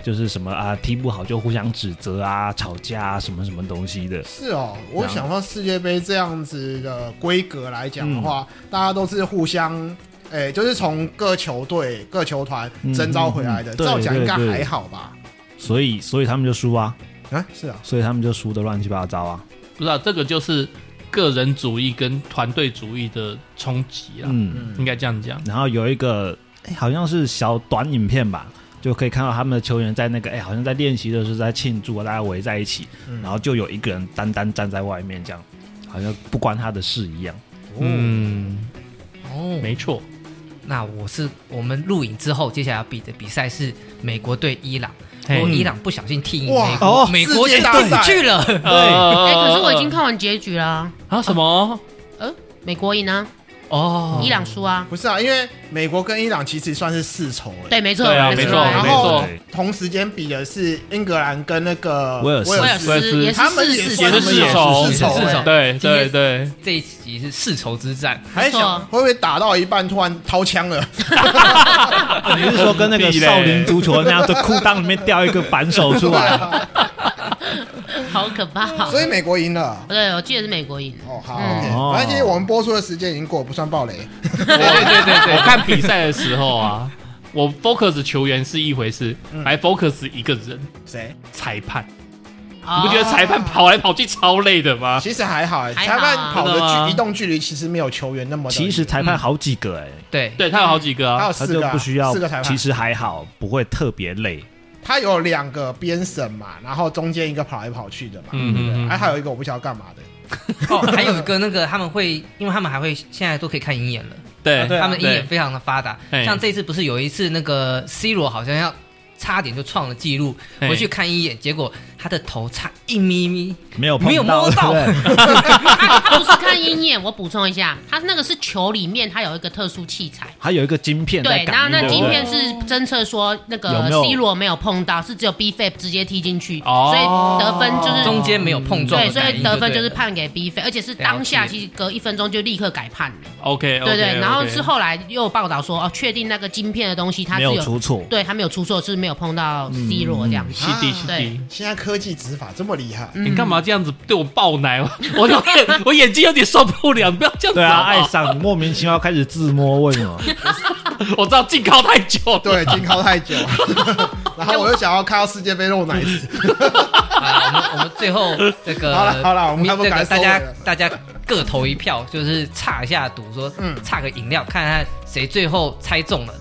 [SPEAKER 2] 就是什么啊踢不好就互相指责啊、吵架啊什么什么东西的。
[SPEAKER 5] 是哦，我想到世界杯这样子的规格来讲的话，
[SPEAKER 2] 嗯
[SPEAKER 5] 大家都是互相。哎、就是从各球队、各球团
[SPEAKER 2] 嗯
[SPEAKER 5] 征召回来的，
[SPEAKER 2] 嗯对
[SPEAKER 5] 照讲应该
[SPEAKER 2] 对对
[SPEAKER 5] 还好吧？
[SPEAKER 2] 所以所以他们就输啊，
[SPEAKER 5] 啊，是啊，
[SPEAKER 2] 所以他们就输的乱七八糟啊。
[SPEAKER 3] 不知道、这个就是个人主义跟团队主义的冲击啦，
[SPEAKER 2] 嗯，
[SPEAKER 5] 嗯，
[SPEAKER 3] 应该这样讲。
[SPEAKER 2] 然后有一个、哎好像是小短影片吧，就可以看到他们的球员在那个哎、好像在练习的时候在庆祝啊，大家围在一起，
[SPEAKER 5] 嗯
[SPEAKER 2] 然后就有一个人单单站在外面这样，好像不关他的事一样。
[SPEAKER 3] 嗯，
[SPEAKER 4] 哦，
[SPEAKER 3] 没错，
[SPEAKER 4] 那我是我们录影之后，接下来要比的比赛是美国对伊朗，
[SPEAKER 3] 嘿
[SPEAKER 4] 如果伊朗不小心踢赢
[SPEAKER 5] 哇
[SPEAKER 4] 美
[SPEAKER 2] 哦
[SPEAKER 4] 国，美国
[SPEAKER 5] 世
[SPEAKER 4] 就
[SPEAKER 5] 界大
[SPEAKER 4] 进
[SPEAKER 5] 赛
[SPEAKER 4] 去了。
[SPEAKER 1] 哎、
[SPEAKER 3] 哎
[SPEAKER 1] 可是我
[SPEAKER 5] 呃
[SPEAKER 1] 已经看完结局啦，
[SPEAKER 3] 啊什么？
[SPEAKER 1] 美国赢啊，
[SPEAKER 4] 哦，
[SPEAKER 1] 伊朗输啊，
[SPEAKER 5] 不是啊，因为美国跟伊朗其实算是世仇哎、
[SPEAKER 1] 对，没错，
[SPEAKER 3] 对啊没错
[SPEAKER 5] 然
[SPEAKER 3] 没
[SPEAKER 5] 后
[SPEAKER 3] 错
[SPEAKER 5] 同时间比的是英格兰跟那个
[SPEAKER 2] 威尔士
[SPEAKER 1] 威尔
[SPEAKER 3] 威尔斯
[SPEAKER 1] 斯也
[SPEAKER 5] 他们
[SPEAKER 1] 是
[SPEAKER 5] 也
[SPEAKER 1] 四
[SPEAKER 3] 也
[SPEAKER 5] 算
[SPEAKER 3] 是
[SPEAKER 1] 四
[SPEAKER 3] 世仇
[SPEAKER 5] 世仇
[SPEAKER 4] 也是世
[SPEAKER 5] 哎
[SPEAKER 4] 仇
[SPEAKER 3] 对
[SPEAKER 4] 今天
[SPEAKER 3] 对对，
[SPEAKER 4] 这一集是世仇之战，
[SPEAKER 5] 还想会不会打到一半突然掏枪了？
[SPEAKER 2] 哦你是说跟那个少林足球那样的裤裆里面掉一个扳手出来？
[SPEAKER 1] 好可怕。
[SPEAKER 5] 所以美国赢了。
[SPEAKER 1] 对，我记得是美国赢。
[SPEAKER 5] 哦，好，
[SPEAKER 1] 嗯
[SPEAKER 5] OK 反正今天我们播出的时间已经过，不算暴雷。
[SPEAKER 3] 对对对对，我看比赛的时候啊，我 focus 球员是一回事，还 focus 一个人
[SPEAKER 5] 谁？
[SPEAKER 3] 裁判，你
[SPEAKER 1] 你
[SPEAKER 3] 不觉得裁判跑来跑去超累的吗？
[SPEAKER 5] 其实还好哎，
[SPEAKER 1] 还
[SPEAKER 5] 裁判
[SPEAKER 1] 好啊
[SPEAKER 5] 跑的
[SPEAKER 3] 真的吗
[SPEAKER 5] 距移动距离其实没有球员那么的
[SPEAKER 2] 其实裁判好几个哎、
[SPEAKER 4] 对，
[SPEAKER 3] 对他有好几个啊，
[SPEAKER 5] 他
[SPEAKER 2] 他
[SPEAKER 5] 有嗯四
[SPEAKER 2] 就
[SPEAKER 5] 个啊，
[SPEAKER 2] 不需要
[SPEAKER 5] 四个裁，判，
[SPEAKER 2] 其实还好，不会特别累。
[SPEAKER 5] 他有两个边审嘛，然后中间一个跑来跑去的嘛，
[SPEAKER 3] 嗯嗯嗯
[SPEAKER 5] 还还有一个我不晓得干嘛的。
[SPEAKER 4] 哦，还有一个那个他们会，因为他们还会现在都可以看鹰眼了，
[SPEAKER 3] 对
[SPEAKER 5] 啊对
[SPEAKER 4] 他们鹰眼
[SPEAKER 3] 对
[SPEAKER 4] 非常的发达。
[SPEAKER 3] 嘿
[SPEAKER 4] 像这次不是有一次那个 C 罗好像要差点就创了记录，
[SPEAKER 3] 嘿
[SPEAKER 4] 回去看鹰眼，结果他的头差一咪咪，
[SPEAKER 2] 没有碰
[SPEAKER 4] 没有摸到
[SPEAKER 2] 对不对
[SPEAKER 1] 不是看鹰眼，我补充一下，它那个是球里面它有一个特殊器材。
[SPEAKER 2] 还有一个晶片在
[SPEAKER 1] 对，然后
[SPEAKER 2] 感
[SPEAKER 1] 那
[SPEAKER 2] 应，对不
[SPEAKER 1] 晶
[SPEAKER 2] 对
[SPEAKER 1] 片是侦测说那
[SPEAKER 2] 有
[SPEAKER 1] 个
[SPEAKER 2] 没有
[SPEAKER 1] C 罗没有碰到，是只有 B f a p 直接踢进去，
[SPEAKER 3] 哦
[SPEAKER 1] 所以得分就是
[SPEAKER 4] 中间没有碰撞
[SPEAKER 1] 对，
[SPEAKER 4] 的
[SPEAKER 1] 所
[SPEAKER 4] 感
[SPEAKER 1] 以
[SPEAKER 4] 应
[SPEAKER 1] 得分
[SPEAKER 4] 对
[SPEAKER 1] 就是
[SPEAKER 4] 了
[SPEAKER 1] 判给 B f a p 而且是当下
[SPEAKER 4] 了解
[SPEAKER 1] 其实隔一分钟就立刻改判了，
[SPEAKER 3] ，OK，
[SPEAKER 1] 对对。然后是后来又有报道说哦，确定那个晶片的东西它
[SPEAKER 2] 没
[SPEAKER 1] 是
[SPEAKER 2] 有
[SPEAKER 1] 有
[SPEAKER 2] 出错。
[SPEAKER 1] 对它没有出错，是没有碰到 C 罗这样子。
[SPEAKER 3] 是的，是
[SPEAKER 1] 对
[SPEAKER 3] 的。
[SPEAKER 5] 现在科技执法这么厉
[SPEAKER 2] 嗯
[SPEAKER 5] 害，
[SPEAKER 3] 你干嘛这样子对我爆奶？我我有点我眼睛有点受不了，你不要这样子
[SPEAKER 2] 对啊，
[SPEAKER 3] 好不
[SPEAKER 2] 爱
[SPEAKER 3] 好
[SPEAKER 2] 上莫名其妙开始自摸，哦为什 么？
[SPEAKER 3] 我知道禁靠太久了。
[SPEAKER 5] 对，停靠太久，啊 然后我又想要看到世界杯肉奶子，
[SPEAKER 4] 啊，我们我们最后这个
[SPEAKER 5] 好了好了我们差不多
[SPEAKER 4] 这
[SPEAKER 5] 该
[SPEAKER 4] 个
[SPEAKER 5] 收
[SPEAKER 4] 大
[SPEAKER 5] 尾
[SPEAKER 4] 家
[SPEAKER 5] 了
[SPEAKER 4] 大家各投一票，就是差一下赌，说
[SPEAKER 5] 嗯
[SPEAKER 4] 差个饮料，看看谁最后猜中了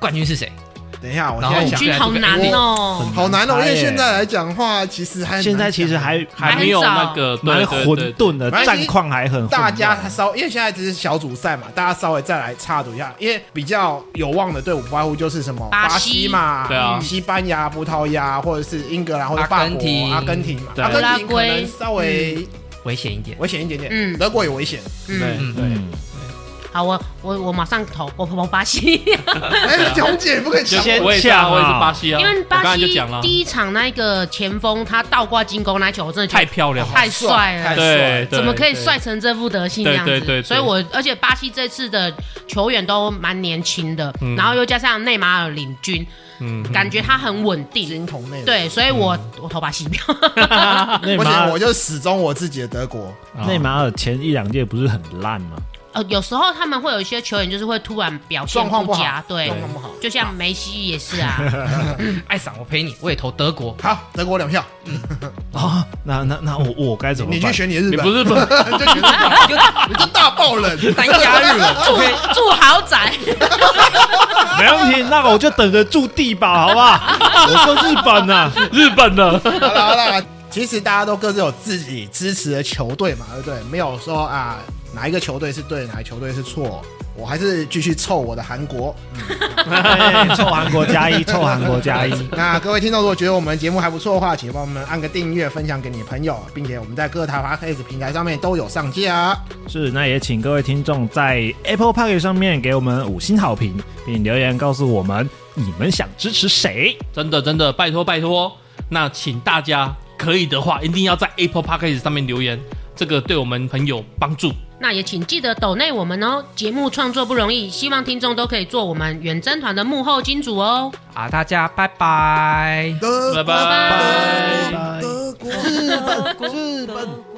[SPEAKER 4] 冠军是谁。
[SPEAKER 5] 等一下，我
[SPEAKER 4] 然
[SPEAKER 5] 现
[SPEAKER 4] 后
[SPEAKER 5] 在
[SPEAKER 1] 冠
[SPEAKER 5] 想
[SPEAKER 4] 我们去
[SPEAKER 1] 军好难哦，
[SPEAKER 5] 好难哦，因
[SPEAKER 2] 很难猜
[SPEAKER 5] 为
[SPEAKER 2] 耶
[SPEAKER 5] 现在来讲的话，其实还很难
[SPEAKER 2] 现在其实
[SPEAKER 5] 讲
[SPEAKER 2] 还
[SPEAKER 3] 还没有那个对
[SPEAKER 2] 蛮
[SPEAKER 3] 对对
[SPEAKER 2] 混沌的，
[SPEAKER 5] 对对对
[SPEAKER 2] 战况还很混
[SPEAKER 5] 大
[SPEAKER 2] 乱
[SPEAKER 5] 家稍，因为现在只是小组赛嘛，大家稍微再来插读一下，因为比较有望的队伍不外乎就是什么
[SPEAKER 1] 巴西
[SPEAKER 5] 西嘛，
[SPEAKER 3] 对啊
[SPEAKER 5] 西班牙、葡萄牙或者是英格兰或者法国、
[SPEAKER 4] 阿根廷
[SPEAKER 5] 阿根廷嘛，
[SPEAKER 3] 对
[SPEAKER 5] 阿根廷可
[SPEAKER 1] 乌拉
[SPEAKER 5] 能
[SPEAKER 1] 圭
[SPEAKER 5] 稍微
[SPEAKER 4] 危险一点，
[SPEAKER 5] 危险一点点，
[SPEAKER 1] 嗯
[SPEAKER 5] 德国也危险，
[SPEAKER 1] 嗯，
[SPEAKER 4] 嗯
[SPEAKER 3] 对
[SPEAKER 2] 嗯，
[SPEAKER 1] 好，我我我马上投，我我巴西。
[SPEAKER 5] 哎，红姐不可以
[SPEAKER 3] 就
[SPEAKER 5] 抢
[SPEAKER 2] 先
[SPEAKER 5] 我，
[SPEAKER 3] 我也是
[SPEAKER 2] 呛
[SPEAKER 3] 啊，
[SPEAKER 2] 啊
[SPEAKER 3] 我也是巴西啊，
[SPEAKER 1] 因为
[SPEAKER 3] 我刚
[SPEAKER 1] 巴
[SPEAKER 3] 才就
[SPEAKER 1] 西
[SPEAKER 3] 讲了，
[SPEAKER 1] 第一场那一个前锋他倒挂进攻那一球，我真的觉
[SPEAKER 3] 太
[SPEAKER 1] 得
[SPEAKER 3] 漂亮了，
[SPEAKER 1] 太帅了
[SPEAKER 5] 太帅
[SPEAKER 3] 对
[SPEAKER 5] 了，，
[SPEAKER 3] 对
[SPEAKER 1] 怎么可以帅？成这副德性这样子？
[SPEAKER 3] 对对对对
[SPEAKER 1] 所以我而且巴西这次的球员都蛮年轻的，
[SPEAKER 3] 嗯
[SPEAKER 1] 然后又加上内马尔领军，
[SPEAKER 3] 嗯，
[SPEAKER 1] 感觉他很稳定。
[SPEAKER 5] 金童内，，
[SPEAKER 1] 对，所以我、我投巴西 票。
[SPEAKER 2] 内马
[SPEAKER 5] 而 且我
[SPEAKER 2] 尔哦
[SPEAKER 5] 就始终我自己的德国，
[SPEAKER 3] 啊
[SPEAKER 2] 内马尔前一两届不是很烂吗？
[SPEAKER 1] 呃，有时候他们会有一些球员就是会突然表现
[SPEAKER 5] 状况不好
[SPEAKER 1] 佳，对
[SPEAKER 5] 状，况不好
[SPEAKER 1] 就像梅西也是啊，
[SPEAKER 4] 爱赏我陪你，我也投德国。
[SPEAKER 5] 好，德国两票，
[SPEAKER 2] 啊，那那那我我该怎么
[SPEAKER 5] 你去
[SPEAKER 2] 办？
[SPEAKER 5] 选你的日
[SPEAKER 3] 你
[SPEAKER 5] 本，
[SPEAKER 3] 不是不是
[SPEAKER 5] 你就选日 本，你就大爆冷，
[SPEAKER 4] 单压日本，OK，
[SPEAKER 1] 住豪宅，
[SPEAKER 2] 没问题，那我就等着住地堡，好不 好？我说日本啊，
[SPEAKER 3] 日本的，
[SPEAKER 5] 好啦好啦，其实大家都各自有自己支持的球队嘛，对不对？没有说啊，哪一个球队是对，哪一个球队是错，我还是继续凑我的韩国。
[SPEAKER 2] 对臭哎韩国加一，臭韩国加一。
[SPEAKER 5] 那各位听众，如果觉得我们节目还不错的话，请帮我们按个订阅，分享给你的朋友，并且我们在各大 podcast 平台上面都有上架。
[SPEAKER 2] 是，那也请各位听众在 Apple Park 上面给我们五星好评，并留言告诉我们你们想支持谁。
[SPEAKER 3] 真的真的，拜托拜托。那请大家可以的话，一定要在 Apple Podcast 上面留言，这个对我们很有帮助。
[SPEAKER 1] 那也请记得抖内我们哦，节目创作不容易，希望听众都可以做我们远征团的幕后金主哦。
[SPEAKER 4] 啊，大家拜拜。
[SPEAKER 5] 拜
[SPEAKER 3] 拜拜
[SPEAKER 5] 德国、日本、日本。